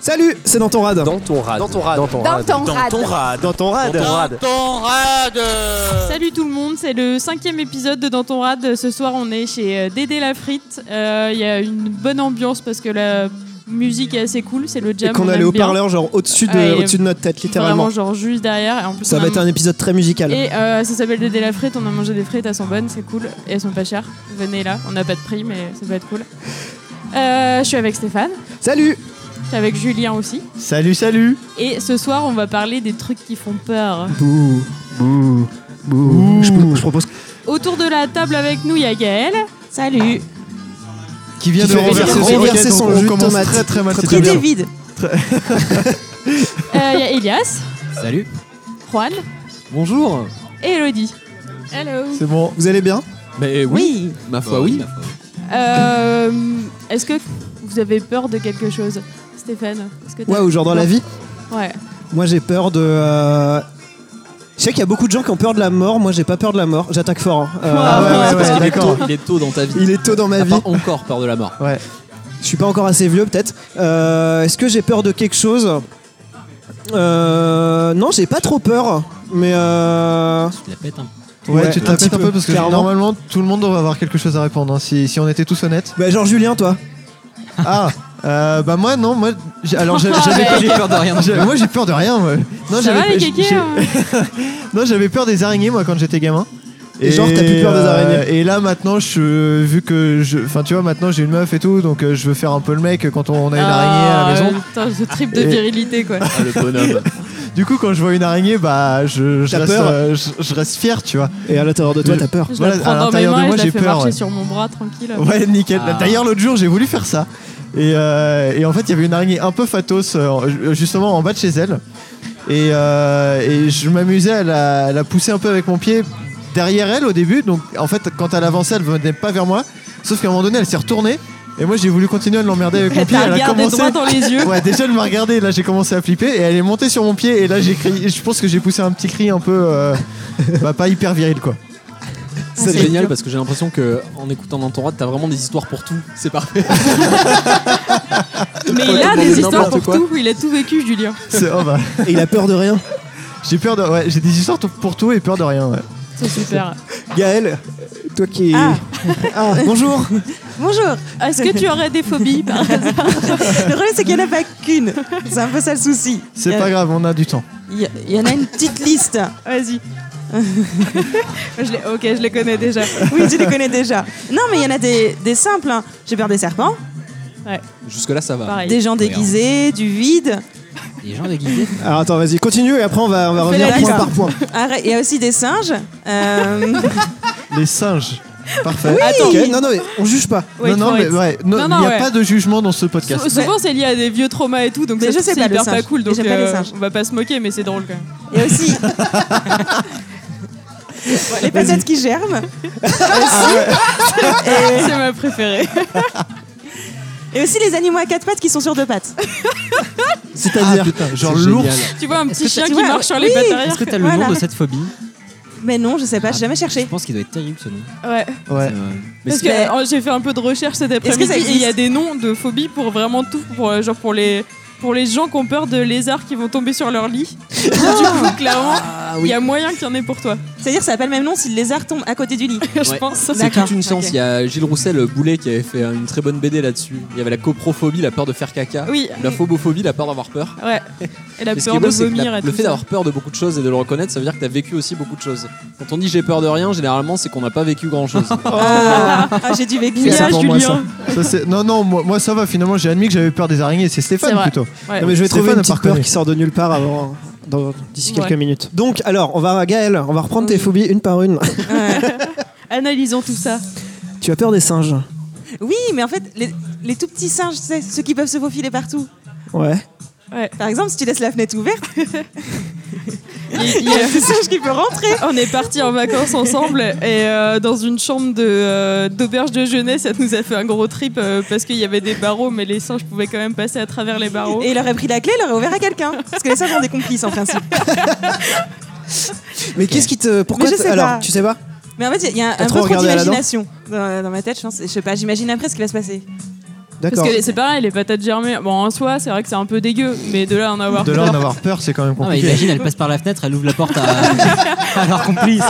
Salut, c'est dans ton rad. Dans ton rad. Dans ton rad. Dans ton Dans rad. ton Dans rad. ton rad. Dans ton rad. Dans ton rad. Salut tout le monde, c'est le cinquième épisode de Dans ton rad. Ce soir, on est chez euh, Dédé la frite. Euh, Il y a une bonne ambiance parce que la musique est assez cool. C'est le Et jam. qu'on on a aime le bien. haut-parleur genre au-dessus de, Ouais, au-dessus de notre tête littéralement. Vraiment, genre juste derrière. Et en plus, Ça on va a- être un épisode très musical. Et euh, ça s'appelle Dédé la frite. On a mangé des frites, elles sont bonnes, c'est cool. Et elles sont pas chères. Venez là, on n'a pas de prix, mais ça peut être cool. Euh, je suis avec Stéphane, Salut. je suis avec Julien aussi. Salut, salut Et ce soir, on va parler des trucs qui font peur. Bouh. Bouh Je, je propose Autour de la table avec nous, il y a Gaël. Salut. Qui vient Qui de fait renverser renverser son, roquette, son on- jus on de commence tomate. très très mal Très, cette très bien. émission. vide. Euh, Il y a Elias, Salut. Juan Bonjour. et Elodie. Hello. C'est bon. Vous allez bien Mais oui, ma foi oui. Euh, Est-ce que vous avez peur de quelque chose, Stéphane Est-ce que t'as- Ouais, ou genre dans la vie. Ouais. Moi j'ai peur de. euh, Je sais qu'il y a beaucoup de gens qui ont peur de la mort. Moi j'ai pas peur de la mort. J'attaque fort. hein. Euh, Ah, ouais, ouais, ouais, c'est parce ouais, il, est d'accord. tôt, il est tôt dans ta vie. Il est tôt dans ma T'as vie. Ah, pas encore peur de la mort. Ouais. Je suis pas encore assez vieux peut-être. Euh, Est-ce que j'ai peur de quelque chose euh, Non, j'ai pas trop peur. Mais euh, Tu la pètes. Hein. Ouais, Ouais, tu un petit t'appelles peu, un peu parce que clairement. normalement tout le monde doit avoir quelque chose à répondre hein, si, si on était tous honnêtes. bah, genre Julien, toi. Ah euh, bah moi non moi j'ai- alors j'ai- j'avais Ouais. J'ai peur de rien. j'ai- moi j'ai peur de rien moi. Non Ça va les j'ai- kékés j'ai- hein non, j'avais peur des araignées moi quand j'étais gamin. Euh, Et genre, t'as plus peur des araignées. Et là maintenant je vu que je enfin tu vois maintenant j'ai une meuf et tout donc euh, je veux faire un peu le mec quand on a une araignée à la Ah, maison. Putain, ce trip de Et- virilité quoi. Ah, le bonhomme. Du coup, quand je vois une araignée, bah, je, je T'as reste, peur euh, je, je reste fier, tu vois. Et à l'intérieur de toi, Je- t'as peur. Je Voilà, la prends à dans mes l'intérieur de mains et moi, je j'ai la fais peur, marcher ouais. sur mon bras tranquille. Ouais, nickel. Ah. D'ailleurs, l'autre jour, j'ai voulu faire ça. Et, euh, et en fait, il y avait une araignée un peu fatos, euh, justement en bas de chez elle. Et, euh, et je m'amusais à la, à la pousser un peu avec mon pied derrière elle au début. Donc, en fait, quand elle avançait, elle venait pas vers moi. Sauf qu'à un moment donné, elle s'est retournée. Et moi, j'ai voulu continuer à l'emmerder avec mon pied. T'as Elle a regardé commencé. droit dans les yeux. Ouais, déjà elle m'a regardé, là j'ai commencé à flipper et elle est montée sur mon pied et là j'ai crié, je pense que j'ai poussé un petit cri un peu euh, bah, pas hyper viril quoi. C'est c'est génial dur. parce que j'ai l'impression que en écoutant dans ton rad, t'as vraiment des histoires pour tout. C'est parfait. Mais il Ouais, a demander des histoires n'importe pour quoi. tout. Il a tout vécu, Julien. C'est- oh, bah, Et il a peur de rien. j'ai peur de ouais, j'ai des histoires pour tout et peur de rien. ouais. C'est super. Gaël, toi qui. Ah. Ah, bonjour. Bonjour. Est-ce que tu aurais des phobies par hasard Le problème, c'est qu'il n'y en a pas qu'une. C'est un peu ça le souci. C'est Euh, pas grave, on a du temps. Il y, il y en a une petite liste. Vas-y. Je les- ok, je les connais déjà. Oui, tu les connais déjà. Non, mais il y en a des, des simples. hein. J'ai peur des serpents, Jusque là, ça va. Pareil. des gens déguisés, du vide. Les gens déguisés. Alors attends, vas-y, continue et après on va, on va Fais la revenir liste. point par point. Arrête, Il y a aussi des singes. Euh, Les singes. Parfait. Attends. Ok, non, non, mais on juge pas. Wait non non for mais it. ouais, non, Non, il non, n'y a ouais. pas de jugement dans ce podcast. Sou- Souvent c'est lié à des vieux traumas et tout, donc Mais ça, je sais c'est pas, le hyper singe. pas cool. Mais Donc j'aime pas les euh, singes. on va pas se moquer, mais c'est drôle quand même. il y a aussi les patates qui germent. Ah, c'est ma préférée. Et aussi les animaux à quatre pattes qui sont sur deux pattes. C'est-à-dire. Genre C'est l'ours. génial. tu vois un petit que chien tu qui vois, marche sur les oui. pattes arrière. Est-ce que t'as le Voilà. nom de cette phobie Mais non, je sais pas, j'ai jamais cherché. Je pense qu'il doit être terrible ce nom. Ouais. Ouais. Euh, Mais Parce que c'est- euh, j'ai fait un peu de recherche cet que ça après-midi et il y a existe des noms de phobies pour vraiment tout, pour, euh, genre pour les pour les gens qui ont peur de lézards qui vont tomber sur leur lit. Ah. du coup, clairement, Ah, il y a moyen qu'il y en ait pour toi, C'est-à-dire, ça n'a pas le même nom si le lézard tombe à côté du lit. je Ouais. pense. C'est toute une ok. science. Il y a Gilles Roussel euh, Boulet qui avait fait euh, une très bonne BD là-dessus. Il y avait la coprophobie, la peur de faire caca. Oui. La phobophobie, la peur d'avoir peur. Ouais. Et la Mais ce qui est peur de beau, c'est que la- vomir et le tout fait ça. d'avoir peur de beaucoup de choses et de le reconnaître, ça veut dire que t'as vécu aussi beaucoup de choses. Quand on dit j'ai peur de rien, généralement c'est qu'on n'a pas vécu grand chose. Ah, ah, j'ai dû vécu. Bien, ça pour moi, Julien. Ça, c'est- non non, moi, moi, ça va finalement, j'ai admis que j'avais peur des araignées, c'est C'est Stéphane vrai. plutôt. Ouais. Non, mais je vais trouver une Stéphane a petite pas peur reconnu. qui sort de nulle part avant. hein, dans- D'ici quelques Ouais. minutes. Donc, alors, on va, Gaël, on va reprendre tes phobies une par une. Analysons tout ça. tu as peur des singes Oui, mais en fait, les, les tout petits singes, tu sais, ceux qui peuvent se faufiler partout. Ouais. Par exemple, si tu laisses la fenêtre ouverte, Il- il il y y a a- un petit singe qui peut rentrer. On est parti en vacances ensemble et euh, dans une chambre de, euh, d'auberge de jeunesse, ça nous a fait un gros trip euh, parce qu'il y avait des barreaux, mais les singes pouvaient quand même passer à travers les Ah, barreaux. Et il aurait pris la clé, il aurait ouvert à quelqu'un. Parce que les singes ont des complices en principe. Mais qu'est-ce qui te. Pourquoi Mais je t- sais alors, pas. tu sais pas Mais en fait, il y a un, T'as un peu trop trop regardé Aladdin d'imagination dans, dans ma tête. Je, pense, je sais pas, j'imagine après ce qui va se passer. D'accord. Parce que c'est pareil, les patates germées, bon, en soi, c'est vrai que c'est un peu dégueu, mais de là à en avoir De là peur, en avoir peur, c'est quand même Non, mais compliqué. imagine, elle passe par la fenêtre, elle ouvre la porte à, à leur complice.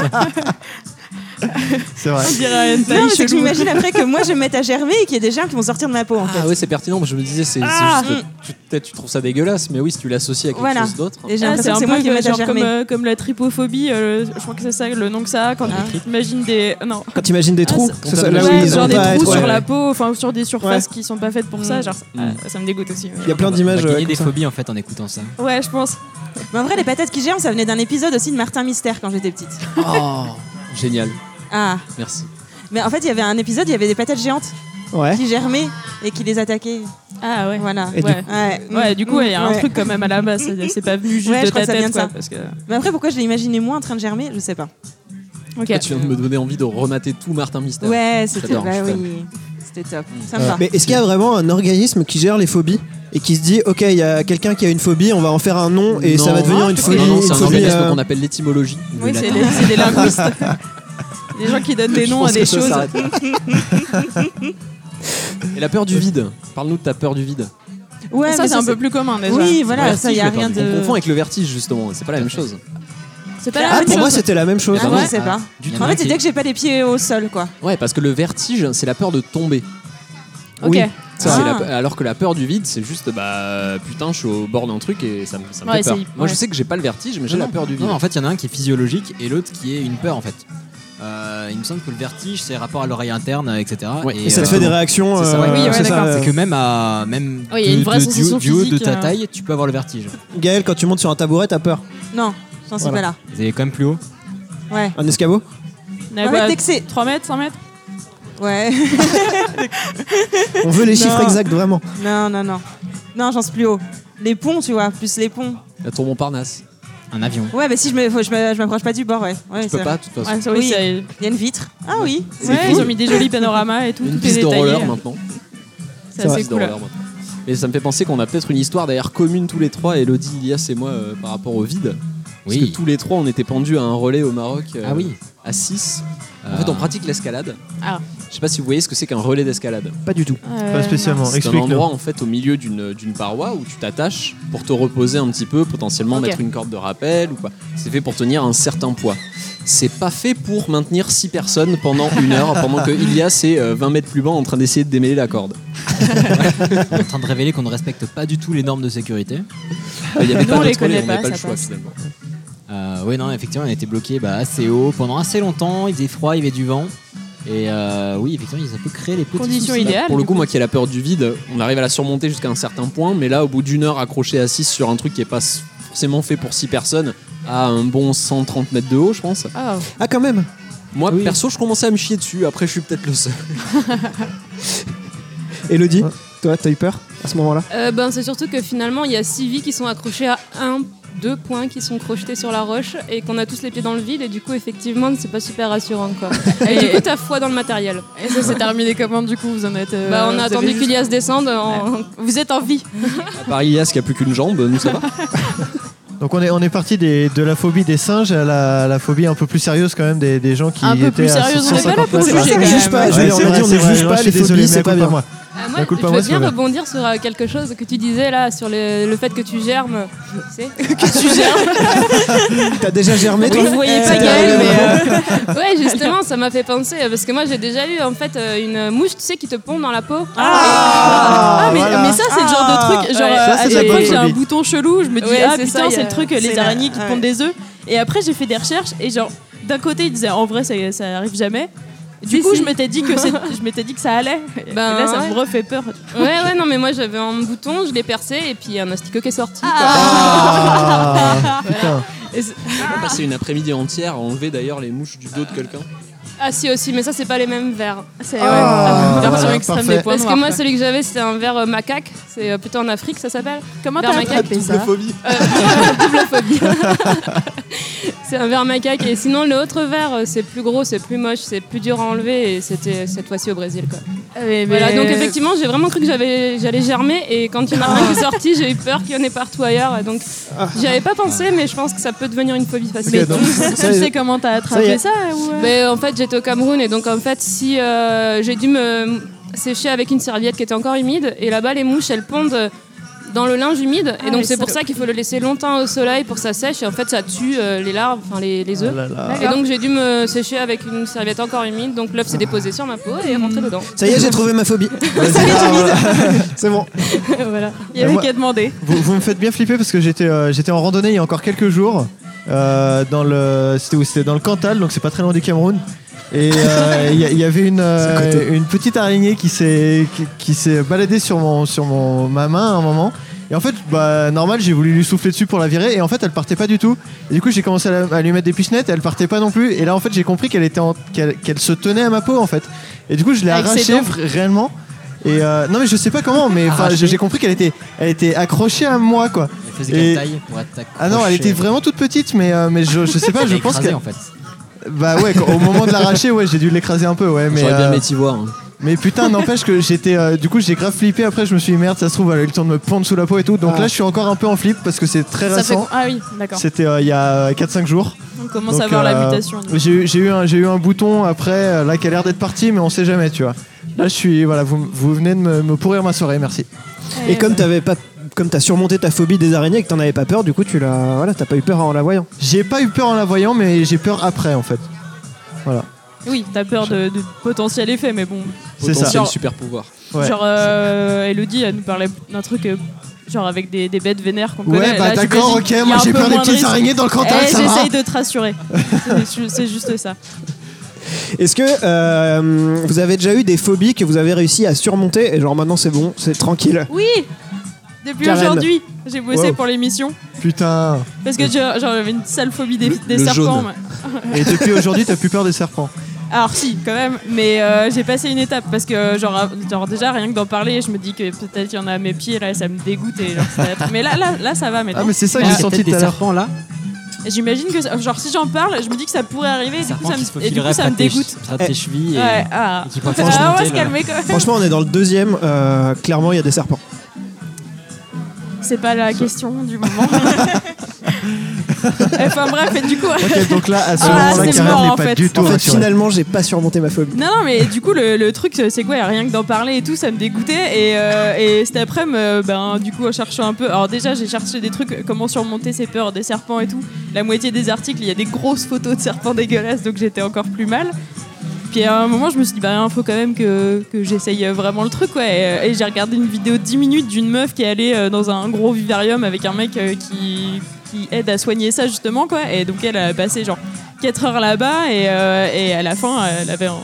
C'est vrai. on dirait une taille Non, mais c'est que chelou. j'imagine après que moi je me mette à germer et qu'il y a des germes qui vont sortir de ma peau en fait. Ah oui, c'est pertinent. parce que Je me disais, c'est c'est Ah, juste que tu- peut-être tu trouves ça dégueulasse, mais oui, si tu l'associes à quelque Voilà. chose d'autre. Et j'ai Ah, c'est l'impression un que c'est peu moi qui me mette à genre comme, germer. euh, comme la tripophobie, euh, je crois que c'est ça le nom que ça a quand Ah. tu imagines des. Non. Quand t'imagines des Ah, trous, ça- c'est ça, là Ouais, où ils genre ont des pas à trous être- sur ouais. la peau, enfin sur des surfaces qui sont pas faites pour ça, genre ça, Mm. ah, ça me dégoûte aussi. mais- Il y a plein On va d'images. gagner ouais, des comme ça. phobies en fait en écoutant ça. Ouais, je pense. Mais en vrai, les patates qui germent, ça venait d'un épisode aussi de Martin Mystère quand j'étais petite. Oh, génial. Ah, Merci. mais en fait, il y avait un épisode, il y avait des patates géantes Ouais. qui germaient et qui les attaquaient. Ah ouais. Voilà. Et du ouais. Ouais, Mm. Ouais, du coup, il y a un Ouais. truc quand même à la base, c'est- c'est pas venu juste Ouais, de je crois que ça ta tête, vient de quoi, ça. parce que. Mais après, pourquoi je l'ai imaginé moi en train de germer Je sais pas. Ok. Là, tu viens de me donner envie de remater tout Martin Mystère. Ouais, c'était J'adore, bah je suis fan. oui, c'était top. Ça me Euh, va. Mais est-ce qu'il y a vraiment un organisme qui gère les phobies et qui se dit ok il y a quelqu'un qui a une phobie on va en faire un nom et ça Non. va devenir une Non, phobie, non, une c'est un phobie, organisme euh, qu'on appelle l'étymologie. Oui, Le c'est latin. les, c'est des linguistes. Les gens qui donnent des Je noms pense à des que ça choses. s'arrête là. Et la peur du vide. Parle-nous de ta peur du vide. Ouais, ça, mais c'est un peu plus commun déjà. Oui, Le voilà, vertige, ça, il y a la peur rien du vide. On de. confond avec le vertige justement. C'est pas la même chose. C'est pas la Ah même pour moi chose. c'était la même chose. Ah ouais ouais, je sais pas. Du En train fait, c'est dès que j'ai pas les pieds au sol, quoi. Ouais, parce que le vertige, c'est la peur de tomber. Ok. Oui. C'est Ah. la pe- alors que la peur du vide, c'est juste bah putain, je suis au bord d'un truc et ça me, ça me Ouais, fait peur. c'est- Moi, je ouais. sais que j'ai pas le vertige, mais j'ai Non, la peur du vide. Non, en fait, il y en a un qui est physiologique et l'autre qui est une peur en fait. Euh, il me semble que le vertige, c'est rapport à l'oreille interne, euh, etc. Ouais, Et ça te fait des réactions. c'est ça, euh, ouais. Oui, ouais, c'est ça, d'accord. euh, C'est que même à même Oui, il y a de- une vraie de- sensation du, du haut de physique, ta euh. taille, tu peux avoir le vertige. Gaël quand tu montes sur un tabouret t'as peur. Non, j'en suis pas Voilà. là. Vous allez quand même plus haut. Ouais. Un escabeau. Ah, En bah, fait, dès que c'est. 3 mètres, 5 mètres Ouais. On veut les chiffres Non. exacts vraiment. Non, non, non. Non, j'en suis plus haut. Les ponts, tu vois, plus les ponts. La tour Montparnasse. Un avion. Ouais, mais si je me- faut- je me- je m'approche pas du bord, ouais. ouais Je peux c'est- pas, de toute façon. Ouais, Ah, ça, oui, Oui. c'est- Il y a une vitre. Ah oui. Ouais, cool. ils ont mis des jolis panoramas et tout. une tout piste est de détaillé. roller maintenant. C'est C'est assez vrai. Piste de cool. roller maintenant. Mais ça me fait penser qu'on a peut-être une histoire d'ailleurs commune tous les trois, Elodie, Ilias et moi, euh, par rapport au vide. Parce que Oui. tous les trois, on était pendus à un relais au Maroc. euh, Ah oui. À 6. En Euh, fait, on pratique l'escalade. Ah. Je sais pas si vous voyez ce que c'est qu'un relais d'escalade. Pas du tout. Euh, Pas spécialement, C'est un explique-le. endroit en fait au milieu d'une d'une paroi où tu t'attaches pour te reposer un petit peu, potentiellement Ok. mettre une corde de rappel ou quoi. C'est fait pour tenir un certain poids. C'est pas fait pour maintenir 6 personnes pendant une heure, pendant que Ilias est euh, 20 mètres plus bas en train d'essayer de démêler la corde. on est en train de révéler qu'on ne respecte pas du tout les normes de sécurité. Euh, Il y avait Nous, on pas les d'autre relais, connaît on n'avait pas, pas le ça choix passe. finalement. Euh, oui, non, effectivement, on était bloqué bah, assez haut pendant assez longtemps. Il faisait froid, il y avait du vent. Et euh, oui, effectivement, ça peut créer les petits Conditions soucis. idéales. Bah, Pour le du coup, moi qui ai la peur du vide, on arrive à la surmonter jusqu'à un certain point, mais là, au bout d'une heure accroché à 6 sur un truc qui est pas s- forcément fait pour 6 personnes, à un bon 130 mètres de haut, je pense. Ah, Ah quand même. Moi, Oui. perso, je commençais à me chier dessus. Après, je suis peut-être le seul. Elodie Ouais. toi t'as eu peur à ce moment-là. Euh, ben, c'est surtout que finalement, il y a six vies qui sont accrochées à un, deux points qui sont crochetés sur la roche et qu'on a tous les pieds dans le vide. Et du coup, effectivement, c'est pas super rassurant. Quoi. Et du coup, t'as foi dans le matériel. Et ça s'est terminé comment du coup Vous en êtes. euh, bah, on vous a avez attendu juste- Bah, qu'Ilias descende. en- Vous êtes en vie. À part Ilias qui a plus qu'une jambe, nous ça va. Donc on est, on est parti des- de la phobie des singes à la, la phobie un peu plus sérieuse quand même des, des gens qui Un peu étaient plus à sérieuse, on est pas là 150 pour mètres. juger. On quand juge même. Ah, pas. Je Ouais, vais leur c'est vrai, dire, on c'est ne vrai, juge non, je pas suis les désolé, phobies mais c'est pas écoute, bien. moi. Euh, La moi, je culpa, moi, veux c'est bien vrai. rebondir sur euh, quelque chose que tu disais là, sur le, le fait que tu germes. Tu sais T'as déjà germé toi Vous voyez Euh, pas Gaël, mais. euh, Ouais, justement, ça m'a fait penser. euh, Parce que moi, j'ai déjà eu en fait euh, une mouche, tu sais, qui te pond dans la peau. Ah, mais, voilà. mais ça, c'est le genre de truc. Genre, Ah, Ouais. euh, Ça, c'est à de la chaque fois bonne que j'ai un phobie. bouton chelou, je me dis, Ouais, ah c'est putain, ça, il y c'est a- le truc, les c'est la- araignées qui ouais. pondent des œufs. Et après, j'ai fait des recherches et genre, d'un côté, ils disaient, en vrai, ça, ça arrive jamais. Du Si, coup, si. je m'étais dit que c'est- je m'étais dit que ça allait. Et Ben, là, ça me ouais. refait peur. Ouais, ouais, non, mais moi j'avais un bouton, je l'ai percé et puis il y a un asticot qui est sorti. Ah, putain. On a passé une après-midi entière à enlever d'ailleurs les mouches du dos de quelqu'un. Ah, si, aussi, mais ça c'est pas les mêmes verres. C'est Ah, ouais, la version voilà, extrême parfait. des points Oh. Parce que noirs, moi, quoi. celui que j'avais c'était un verre euh, macaque, c'est euh, plutôt en Afrique ça s'appelle. Comment Vers t'as ma attrapé ça phobie. Euh, Double phobie. c'est un verre macaque et sinon l'autre verre euh, c'est plus gros, c'est plus moche, c'est plus dur à enlever et c'était euh, cette fois-ci au Brésil quoi. Voilà, donc effectivement j'ai vraiment cru que j'avais- j'allais germer et quand il y en a un qui est sorti, j'ai eu peur qu'il y en ait partout ailleurs donc j'y avais pas Ah. pensé, mais je pense que ça peut devenir une phobie facilement. Ok, donc, ça, Tu sais comment t'as ça y est. attrapé ça ou, euh Ben, en fait, j'étais au Cameroun et donc en fait, si euh, j'ai dû me séché avec une serviette qui était encore humide. Et là-bas, les mouches, elles pondent dans le linge humide. Ah, et donc, les c'est pour salopes. ça qu'il faut le laisser longtemps au soleil pour que ça sèche. Et en fait, ça tue euh, les larves, enfin les, les Ah œufs. et donc, j'ai dû me sécher avec une serviette encore humide. Donc, l'œuf s'est déposé sur ma peau et est rentré dedans. Ça y est, j'ai trouvé ma phobie. euh, C'est bon. voilà. Il y avait moi- qu'à demander. vous, vous me faites bien flipper parce que j'étais euh, j'étais en randonnée il y a encore quelques jours. euh, dans le c'était où c'était dans le Cantal donc c'est pas très loin du Cameroun et euh, il y, a- il y avait une euh, C'est à côté. une petite araignée qui s'est qui, qui s'est baladée sur mon sur mon ma main à un moment et en fait bah normal j'ai voulu lui souffler dessus pour la virer et en fait elle partait pas du tout et du coup j'ai commencé à, la- à lui mettre des pichenettes et elle partait pas non plus et là en fait j'ai compris qu'elle était en- qu'elle qu'elle se tenait à ma peau en fait et du coup je l'ai Avec ses arrachée vr- réellement et euh, non mais je sais pas comment mais enfin, Arrachée. j'ai j'ai compris qu'elle était elle était accrochée à moi quoi Elle faisait Et- quelle taille pour être ah non, elle était vraiment toute petite, mais, euh, mais je, je sais pas, je pense que. en fait. Bah ouais, quand- au moment de l'arracher, ouais, j'ai dû l'écraser un peu, ouais, mais. J'aurais bien euh, aimé t'y voir. hein. mais putain, n'empêche que j'étais. euh, du coup, j'ai grave flippé. Après, je me suis dit, merde, ça se trouve, elle a eu le temps de me pendre sous la peau et tout. Donc là, je suis encore un peu en flip parce que c'est très Ça fait... récent. Ah oui, d'accord. C'était euh, il y a 4-5 jours. On commence à Donc, voir la euh, mutation. J'ai eu, j'ai eu, un- j'ai eu un bouton après, euh, là, qui a l'air d'être parti, mais on sait jamais, tu vois. Là, je suis. Voilà, vous, vous venez de me, me pourrir ma soirée, merci. Et comme t'avais pas, comme t'as surmonté ta phobie des araignées et que t'en avais pas peur, du coup tu l'as, voilà, t'as pas eu peur en la voyant. J'ai pas eu peur en la voyant, mais j'ai peur après, en fait. Oui, t'as peur de, de potentiel effet, mais bon. C'est ça. Potentiel super pouvoir. Ouais. Genre, euh, Elodie, elle nous parlait d'un truc, euh, genre avec des, des bêtes vénères qu'on connaît. Ouais, bah Là, d'accord, ok, j'imagine qu'il y a moi un j'ai peu peur des moins de petites risques. araignées dans le Cantal, Eh, ça va. J'essaye de te rassurer. C'est- C'est juste ça. Est-ce que euh, vous avez déjà eu des phobies que vous avez réussi à surmonter et genre maintenant c'est bon, c'est tranquille. Oui Depuis Karen. aujourd'hui, j'ai bossé Wow. pour l'émission. Putain. Parce que genre, genre, j'avais une sale phobie des, des le serpents. jaune. moi. Et depuis aujourd'hui, t'as plus peur des serpents. Alors si, quand même, mais euh, j'ai passé une étape parce que genre, euh, genre déjà rien que d'en parler, je me dis que peut-être qu'il y en a à mes pieds là, ça me dégoûte et genre, ça- mais là, là là ça va maintenant. Ah, mais c'est ça que Ah, j'ai c'est senti peut-être tout des à l'heure. serpents là. Et J'imagine que ça- genre si j'en parle, je me dis que ça pourrait arriver et du coup Serpents ça qui se me, et du coup, faufileraient ça près me de tes dégoûte. près de tes chevilles. et- Ouais, ah. et qui pourraient Ah, on va transmonter, se là. calmer quand même. Franchement, on est dans le deuxième. euh, clairement, il y a des serpents. C'est pas la question du moment. enfin bref, et du coup. Ok, donc là, à ce Ah, moment-là, c'est mort, Karen en n'est pas fait. du tout En fait, rassurée. finalement, j'ai pas surmonté ma phobie. Non, non, mais du coup, le, le truc, c'est quoi Rien que d'en parler et tout, ça me dégoûtait. Et, euh, et cet après-midi, euh, ben, du coup, en cherchant un peu. Alors, déjà, j'ai cherché des trucs, comment surmonter ses peurs des serpents et tout. La moitié des articles, il y a des grosses photos de serpents dégueulasses, donc j'étais encore plus mal. Puis à un moment, je me suis dit, bah, il faut quand même que, que j'essaye euh, vraiment le truc, quoi. Et, euh, Et, j'ai regardé une vidéo de 10 minutes d'une meuf qui est allée euh, dans un gros vivarium avec un mec euh, qui, qui aide à soigner ça, justement, quoi. Et donc, elle a passé genre 4 heures là-bas et, euh, et à la fin, elle avait un,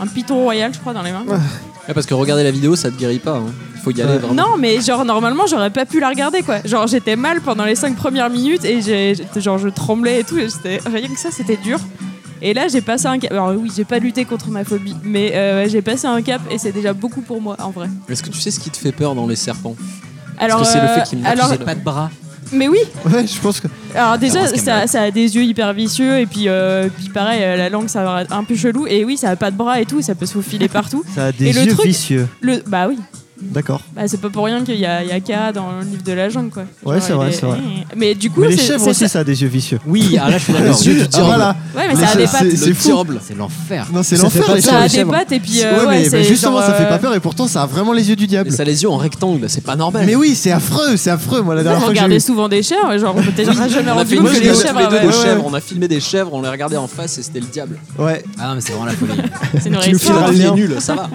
un python royal, je crois, dans les mains. Ouais, parce que regarder la vidéo, ça te guérit pas. hein. Il faut y aller vraiment. Non, mais genre, normalement, j'aurais pas pu la regarder, quoi. Genre, j'étais mal pendant les 5 premières minutes et j'ai, j'étais- genre, je tremblais et tout. Et c'était, rien que ça, c'était dur. Et là, j'ai passé un cap. Alors, oui, j'ai pas lutté contre ma phobie, mais euh, j'ai passé un cap et c'est déjà beaucoup pour moi, en vrai. Est-ce que tu sais ce qui te fait peur dans les serpents Alors, que c'est le fait euh, qu'il ne alors, J'ai pas de bras. mais oui, Ouais, je pense que. Alors déjà, Laurence ça, Cameron. ça a des yeux hyper vicieux et puis, euh, puis pareil, euh, la langue ça va être un peu chelou et oui, ça a pas de bras et tout, ça peut se faufiler partout. Ça a des Et le yeux truc- vicieux. Le, bah oui, D'accord. bah, c'est pas pour rien qu'il y a, il y a K dans le livre de la jungle quoi. Ouais, Genre, c'est il vrai, est- c'est vrai. Mais du coup, Mais les c'est- chèvres c'est aussi, ça- ça a des yeux vicieux. Oui, ah là je suis d'accord. Les yeux du Ah, diable. voilà. Ouais, mais Mais ça a ça, des c'est- pattes. Le c'est fou. diable. C'est l'enfer. Non, c'est Ça fait l'enfer. pas les Ça peur, chèvres. a les des chèvres. pattes et puis Ouais, euh, ouais, mais- mais c'est justement, genre, ça fait euh, pas peur et pourtant, ça a vraiment les yeux du Mais diable. ça a les yeux en rectangle, c'est pas normal. Mais oui, c'est affreux, c'est affreux. Moi, la dernière On fois que j'ai regardait eu- souvent des chèvres, genre on était jamais On a fait rendu une compte que vidéo les tous les chèvres, deux ouais, de ouais, ouais. chèvres. On a filmé des chèvres, on les regardait en face et c'était le diable. Ouais. Ah non, mais c'est vraiment la folie. c'est une vraie nous histoire. fileras le Il est lien. nul, ça va.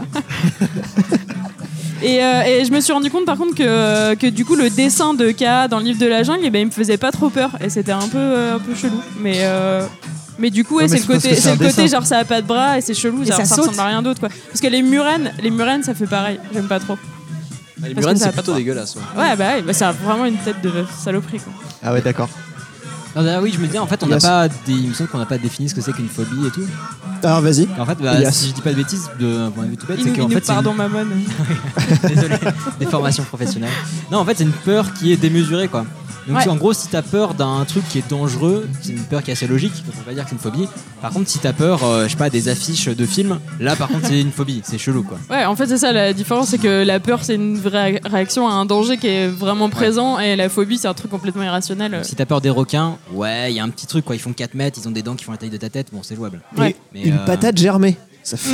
Et, euh, et je me suis rendu compte par contre que, euh, que du coup le dessin de K dans le livre de la jungle, eh ben, il me faisait pas trop peur et c'était un peu, euh, un peu chelou. Mais, euh, mais du coup, ouais, Ouais, c'est mais le c'est parce côté, que c'est c'est le un côté dessin. genre ça a pas de bras et c'est chelou, Et genre, ça, ça saute. ressemble à rien d'autre quoi. Parce que les murènes, les murènes ça fait pareil, j'aime pas trop. Ah, Les que murènes, ça a c'est pas de plutôt bras. dégueulasse. ouais. Ouais, bah, ouais, bah, ça a vraiment une tête de saloperie quoi. Ah ouais, d'accord. Non, bah oui, je me dis, en fait, on n'a Yes. pas, dé- il me semble qu'on n'a pas défini ce que c'est qu'une phobie et tout. Alors vas-y. Et en fait, bah, Yes. si je dis pas de bêtises, d'un point de vue tout bête, Il c'est nous, il qu'en nous- fait, c'est une- pardon Mamone. Désolé, des formations professionnelles. Non, en fait, c'est une peur qui est démesurée, quoi. Donc, Ouais. si- en gros, si t'as peur d'un truc qui est dangereux, c'est une peur qui est assez logique, donc on va dire que c'est une phobie. Par contre, si t'as peur, euh, je sais pas, des affiches de films, là, par contre, c'est une phobie, c'est chelou, quoi. Ouais, en fait c'est ça la différence, c'est que la peur c'est une vraie réaction à un danger qui est vraiment présent et la phobie c'est un truc complètement irrationnel. euh, Si t'as peur des requins, ouais, il y a un petit truc, quoi. Ils font 4 mètres, ils ont des dents qui font la taille de ta tête, bon, c'est jouable. Ouais. Mais, Une euh, patate germée. Ça fait-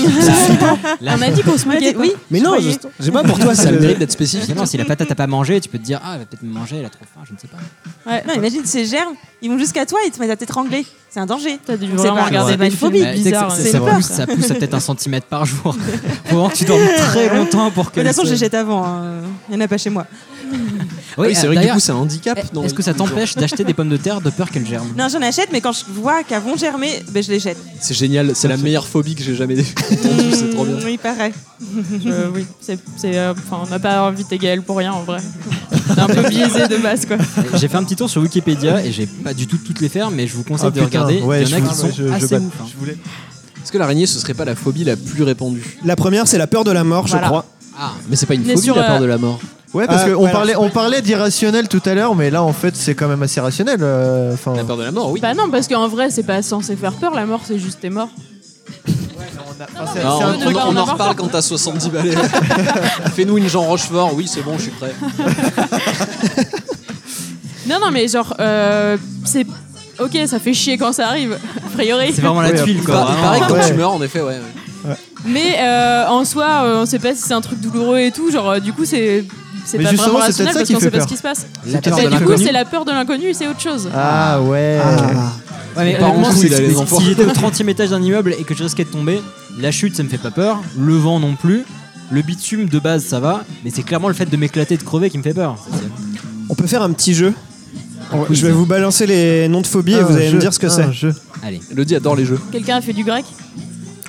Là, On a dit qu'on se moquait. Oui. Mais non, croyais. je je sais pas pour toi, ça Ça le le mérite mérite. d'être spécifique. Évidemment, si la patate a pas mangé, tu peux te dire Ah, elle va peut-être me manger, elle a trop faim, je ne sais pas. Ouais. Non, imagine ces germes, ils vont jusqu'à toi et ils te mettent à t'étrangler. C'est un danger. T'as dû On sait vraiment pas, regarder c'est pas des une films phobie, Mais tu sais que bizarres. ça- ouais. c'est ça, peur, pousse, ça. ça pousse à peut-être un centimètre par jour. Faut vraiment que tu dormes très longtemps pour que. De toute façon, ça- je les jette avant. hein. Il n'y en a pas chez moi. Oui, Oui, c'est vrai euh, que du d'ailleurs, coup, c'est un handicap. non Est-ce que ça t'empêche d'acheter des pommes de terre de peur qu'elles germent Non, j'en achète, mais quand je vois qu'elles vont germer, ben, je les jette. C'est génial, c'est la meilleure phobie que j'ai jamais Mm. entendue, c'est trop bien. Mmh, il paraît. Je- oui, c'est, c'est, euh, enfin, on n'a pas invité Gaël pour rien en vrai. C'est un peu biaisé de base quoi. J'ai fait un petit tour sur Wikipédia et j'ai pas du tout toutes les faire, mais je vous conseille Ah, de putain, regarder. ouais, Il y en je a qui voulais- sont je- Ah, je assez batte- ouf. hein. je voulais- Est-ce que l'araignée, ce serait pas la phobie la plus répandue La première, c'est la peur de la mort, je Voilà. crois. Ah, Mais c'est pas une Mais phobie, sur, la peur euh, de la mort. Ouais, parce Ah, qu'on voilà. parlait, on parlait d'irrationnel tout à l'heure, mais là, en fait, c'est quand même assez rationnel. euh, Enfin, La peur de la mort, oui. Bah non, parce qu'en vrai, c'est pas censé faire peur, la mort, c'est juste t'es mort. Ah, c'est- Alors, c'est un on, truc- on en on en reparle quand t'as 70 balais. Fais-nous une Jean Rochefort, oui, c'est bon, je suis prêt. Non, non, mais genre, euh, c'est. Ok, ça fait chier quand ça arrive, a priori. c'est vraiment la Oui, tuile Il quoi. paraît- il paraît que quand ouais. tu meurs, en effet, ouais. ouais. Mais euh, en soi, euh, on sait pas si c'est un truc douloureux et tout, genre, euh, du coup, c'est. C'est Mais pas justement, vraiment c'est rationnel peut-être ça parce qui qu'on fait sait pas peur. ce qui se passe. La peut-être peur ça de Bah, qui du coup, l'inconnu. c'est la peur de l'inconnu, c'est autre chose. Ah ouais. Ouais, mais Pas en honnêtement, couille, si, là, les si- enfants. si j'étais au 30 e étage d'un immeuble et que je risquais de tomber, la chute ça me fait pas peur, le vent non plus, le bitume de base ça va, mais c'est clairement le fait de m'éclater de crever qui me fait peur. On peut faire un petit jeu. On- Je vais vous balancer les noms de phobies et Un vous allez jeu, me dire ce que un c'est. jeu. Allez, Elodie adore les jeux. Quelqu'un a fait du grec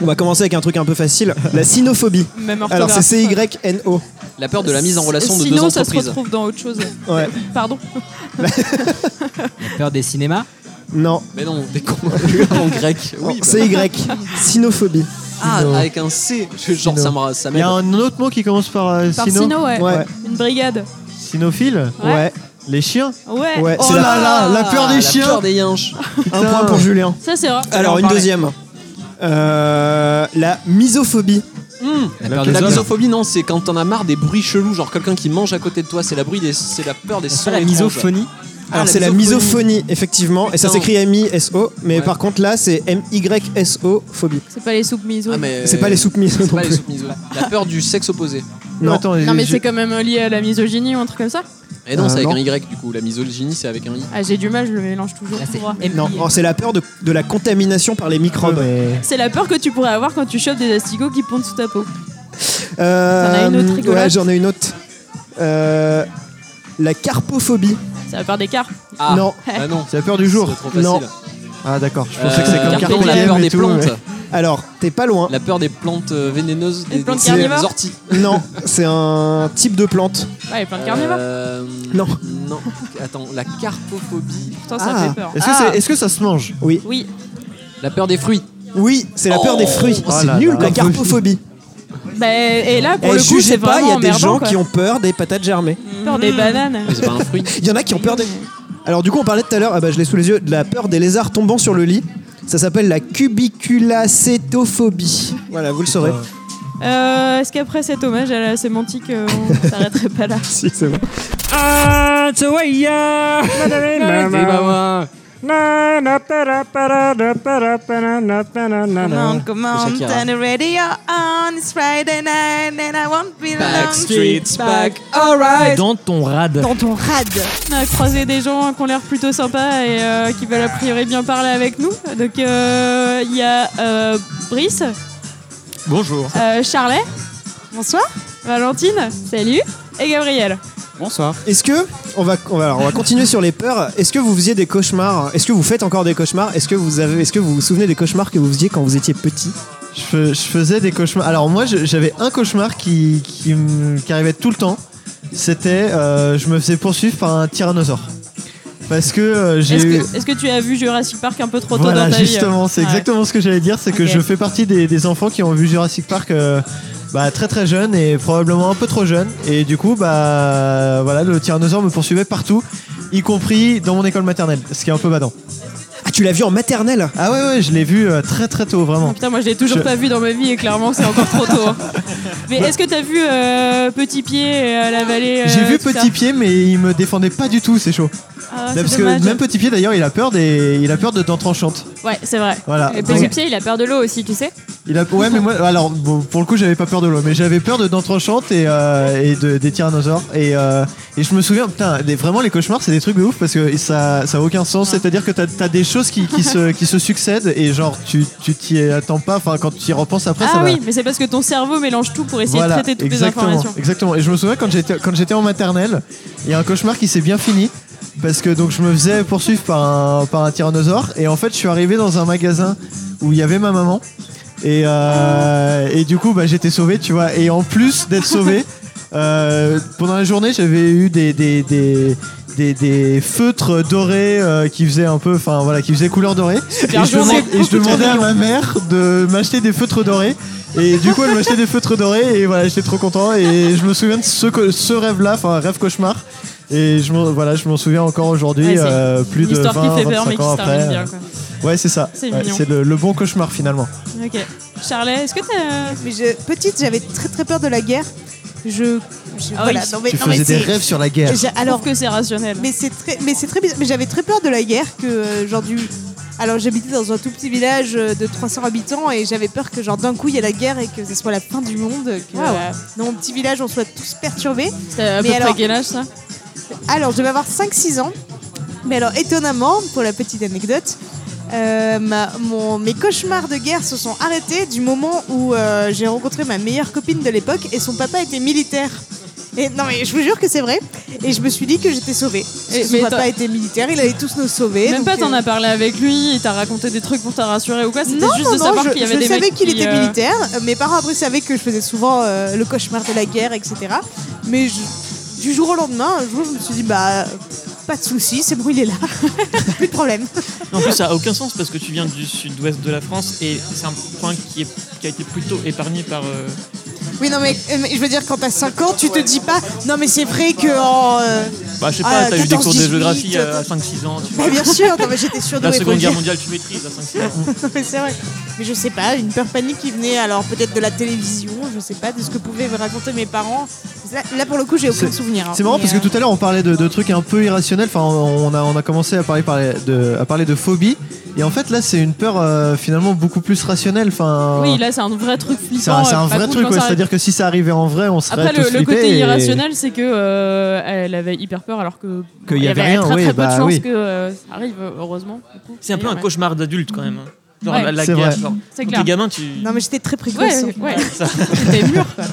On va commencer avec un truc un peu facile. La cynophobie. Même Alors, orthographe. c'est C-Y-N-O. La peur de la mise en relation de Sinon, deux ça se entreprises. retrouve dans autre chose. Ouais. Pardon. la peur des cinémas, Non. Mais non, des cons en grec. Oh, Oui, bah. C-Y. Cynophobie. Ah, Sino. avec un C. Je- Genre, ça me- ça Il y m'aide. a un autre mot qui commence par euh, Par sino. Sino, ouais. Ouais. Une brigade. Sinophile Ouais. Ouais. Les chiens Ouais. Ouais. Oh C'est là la- là, la peur des la chiens. peur des yinches. Un point pour Julien. Ça, c'est vrai. Alors, une deuxième. Euh, la misophobie. la peur Hmm. La des hommes. misophobie, non, c'est quand t'en as marre des bruits chelous, genre quelqu'un qui mange à côté de toi, c'est la, bruit des, c'est la peur des C'est sons. la étranges. misophonie. Ah, Alors, c'est la misophonie, effectivement. Et ça Putain. s'écrit M-I-S-O. Mais Ouais. par contre, là, c'est M-Y-S-O phobie. C'est pas les soupes miso. Ah, mais- C'est pas les soupes miso C'est non pas les plus. soupes miso. La peur du sexe opposé. Non. Attends, Non, mais j'ai- c'est quand même lié à la misogynie ou un truc comme ça. Et non, Euh, c'est avec non. un Y du coup. La misogynie, c'est avec un I. Ah, j'ai du mal, je le mélange toujours. Là, c'est tout droit. Non, oh, c'est la peur de, de la contamination par les microbes. mais- C'est la peur que tu pourrais avoir quand tu chopes des asticots qui pondent sous ta peau. Euh, T'en as une autre rigolote ouais, j'en ai une autre. Euh, la carpophobie. Ça va faire des carpes. Ah. Non. Ah non. C'est la peur du jour. C'est trop facile. Non. Ah d'accord, je pensais que c'est Euh, comme la Carpe peur- la peur Diem des et tout, plantes. ouais. Alors, t'es pas loin. La peur des plantes euh, vénéneuses, des, Les plantes des- des carnivores. orties. Non, c'est un type de plante. Ouais, plein de carnivores. Euh, Non. Non. Attends, la carpophobie. Pourtant, ça ah. fait peur. Est-ce que, c'est- est-ce que ça se mange Oui, La peur des fruits. Oui, c'est la peur Oh, des fruits. oh C'est là nul, là. La carpophobie. bah, et là pour Et le coup, Eh, jugez c'est Eh, pas, il vraiment y a des emmerdant, gens quoi. Mmh. qui ont peur des patates germées. peur des bananes. Mmh. Mais c'est pas un fruit. Il y en a qui ont peur des. Alors, du coup, on parlait tout à l'heure, ah bah, je l'ai sous les yeux, de la peur des lézards tombant sur le lit. Ça s'appelle la cubiculacétophobie. Voilà, vous le saurez. Euh, Est-ce qu'après cet hommage à la sémantique, euh, on s'arrêterait pas là Si, c'est bon. Ah, Come on, come on, Shakira. turn the radio on. It's Friday night and I won't be Bah, alone. Backstreet's back. Dans ton rad. Dans ton rad. On a croisé des gens qui ont l'air plutôt sympas et euh, qui veulent a priori bien parler avec nous. Donc euh, il y a euh, Brice, Bonjour. euh, Charlet, Bonsoir. Valentine, salut, et Gabriel. Bonsoir. Est-ce que on va on va, alors, on va continuer sur les peurs Est-ce que vous faisiez des cauchemars Est-ce que vous faites encore des cauchemars Est-ce que vous avez Est-ce que vous vous souvenez des cauchemars que vous faisiez quand vous étiez petit Je, fais- je faisais des cauchemars. Alors moi, je- j'avais un cauchemar qui, qui, me- qui arrivait tout le temps. C'était, euh, je me faisais poursuivre par un tyrannosaure. Parce que euh, j'ai Est-ce eu... que, est-ce que tu as vu Jurassic Park un peu trop tôt Voilà, dans ta justement, c'est Ouais. exactement ce que j'allais dire, c'est que Ok. je fais partie des, des enfants qui ont vu Jurassic Park euh, bah, très très jeune et probablement un peu trop jeune. Et du coup, bah voilà, le tyrannosaure me poursuivait partout, y compris dans mon école maternelle, ce qui est un peu badant. Ah, tu l'as vu en maternelle Ah ouais, ouais, je l'ai vu euh, très très tôt, vie vraiment. Putain, moi je l'ai toujours Je- pas vu dans ma vie et clairement c'est encore trop tôt. hein. Mais est-ce que t'as vu euh, Petit Pied à la vallée euh, J'ai vu tout ça Petit Pied, mais il me défendait pas du tout, c'est chaud. Ah, c'est parce que dommage. même Petit Pied, d'ailleurs, il a peur des, il a peur de dents tranchantes. Ouais, c'est vrai. Voilà. Et Donc- petit pied, il a peur de l'eau aussi, tu sais. Il a, ouais, mais moi, alors, bon, pour le coup, j'avais pas peur de l'eau, mais j'avais peur de Dantrochante et, euh, et de, des tyrannosaures. Et, euh, et je me souviens, putain, des- vraiment, les cauchemars, c'est des trucs de ouf parce que ça, ça a aucun sens. C'est-à-dire que t'as as des choses qui, qui, se, qui se succèdent et genre, tu tu t'y attends pas. Enfin, quand tu y repenses après, ça ah va. oui, mais c'est parce que ton cerveau mélange tout pour essayer Voilà, de traiter toutes exactement, les informations. Exactement. Et je me souviens quand j'étais quand j'étais en maternelle, il y a un cauchemar qui s'est bien fini parce que donc je me faisais poursuivre par un par un tyrannosaure et en fait je suis arrivé dans un magasin où il y avait ma maman et euh, Oh. et du coup bah j'étais sauvé tu vois et en plus d'être sauvé euh, pendant la journée j'avais eu des des, des des, des feutres dorés euh, qui faisaient un peu enfin voilà qui faisaient couleur dorée et je, journée. demande- et je demandais à ma mère de m'acheter des feutres dorés. Et du coup, elle m'achetait des feutres dorés et voilà, j'étais trop content. Et je me souviens de ce, co- ce rêve-là, enfin, rêve cauchemar. Et je m'en, voilà, je m'en souviens encore aujourd'hui, Ouais, c'est euh, plus Une de 20, histoire qui fait peur, mais 25 qui ans se après. euh. termine bien. Quoi. Ouais, c'est ça. C'est Ouais, mignon. c'est le, le bon cauchemar finalement. Ok. Charlet, est-ce que t'as. Mais je- petite, j'avais très très peur de la guerre. Je. je- Ah oui. voilà, non, mais, tu non, mais faisais des c'est- rêves sur la guerre. j'ai- Alors Alors, que c'est rationnel. mais c'est très, mais c'est très bizarre. Mais j'avais très peur de la guerre que euh, genre du. Alors j'habitais dans un tout petit village euh, de 300 habitants et j'avais peur que genre d'un coup il y ait la guerre et que ce soit la fin du monde. Que Waouh. euh, dans mon petit village on soit tous perturbés. C'était à Mais peu près alors- quel âge ça Alors, je devais avoir 5-6 ans. Mais alors, étonnamment, pour la petite anecdote, euh, ma- mon- mes cauchemars de guerre se sont arrêtés du moment où euh, j'ai rencontré ma meilleure copine de l'époque et son papa était militaire. Et non, mais je vous jure que c'est vrai. Et je me suis dit que j'étais sauvée. Parce Et- que mais son papa t'as- était militaire, il allait tous nous sauver. Même donc, pas, t'en euh, as parlé avec lui, et t'as raconté des trucs pour te rassurer ou quoi C'était non, juste non, de non, savoir je, qu'il y avait je des savais mecs qu'il qui, était euh, militaire. Euh, Mes parents après savaient que je faisais souvent euh, le cauchemar de la guerre, etc. Mais je- du jour au lendemain, un jour, je me suis dit, bah, pas de souci, c'est bon, il est là. Plus de problème. En plus, ça a aucun sens parce que tu viens du sud-ouest de la France et c'est un point qui, est- qui a été plutôt épargné par. euh, Oui, non, mais, euh, mais je veux dire, quand t'as 5 ans, tu te dis pas, non, mais c'est vrai que en. euh, Bah, je sais pas, Ah, t'as eu des 14, cours de 18, géographie euh, à 5-6 ans. tu vois. bah, bien sûr, non, mais j'étais sûre de La seconde guerre mondiale, tu maîtrises hein. à 5-6 ans. Mais c'est vrai. Mais je sais pas, une peur panique qui venait alors peut-être de la télévision, je sais pas, de ce que pouvaient me raconter mes parents. Là, là, pour le coup, j'ai aucun C'est- souvenir. hein. C'est marrant Mais, parce que euh, tout à l'heure on parlait de, de trucs un peu irrationnels. Enfin, on a, on a commencé à parler, parler de, à parler de phobie. Et en fait, là, c'est une peur euh, finalement beaucoup plus rationnelle. Enfin, Oui, là, c'est un vrai truc flippant. c'est un, c'est un euh, pas vrai cool truc. quand ouais. ça arrive. C'est-à-dire que si ça arrivait en vrai, on serait Après, tous le, le flippés côté et- irrationnel, c'est que euh, elle avait hyper peur, alors que Qu'il y il y avait avait, rien, très oui, très peu bah de chances oui. que euh, ça arrive, heureusement. du coup. C'est un peu D'ailleurs, un ouais. cauchemar d'adulte quand même. hein. Genre Ouais, la, la c'est guerre. vrai. Genre, C'est quand clair. t'es gamin, tu. Non, mais j'étais très précoce. Ouais, hein. ouais. C'était mûr, quoi.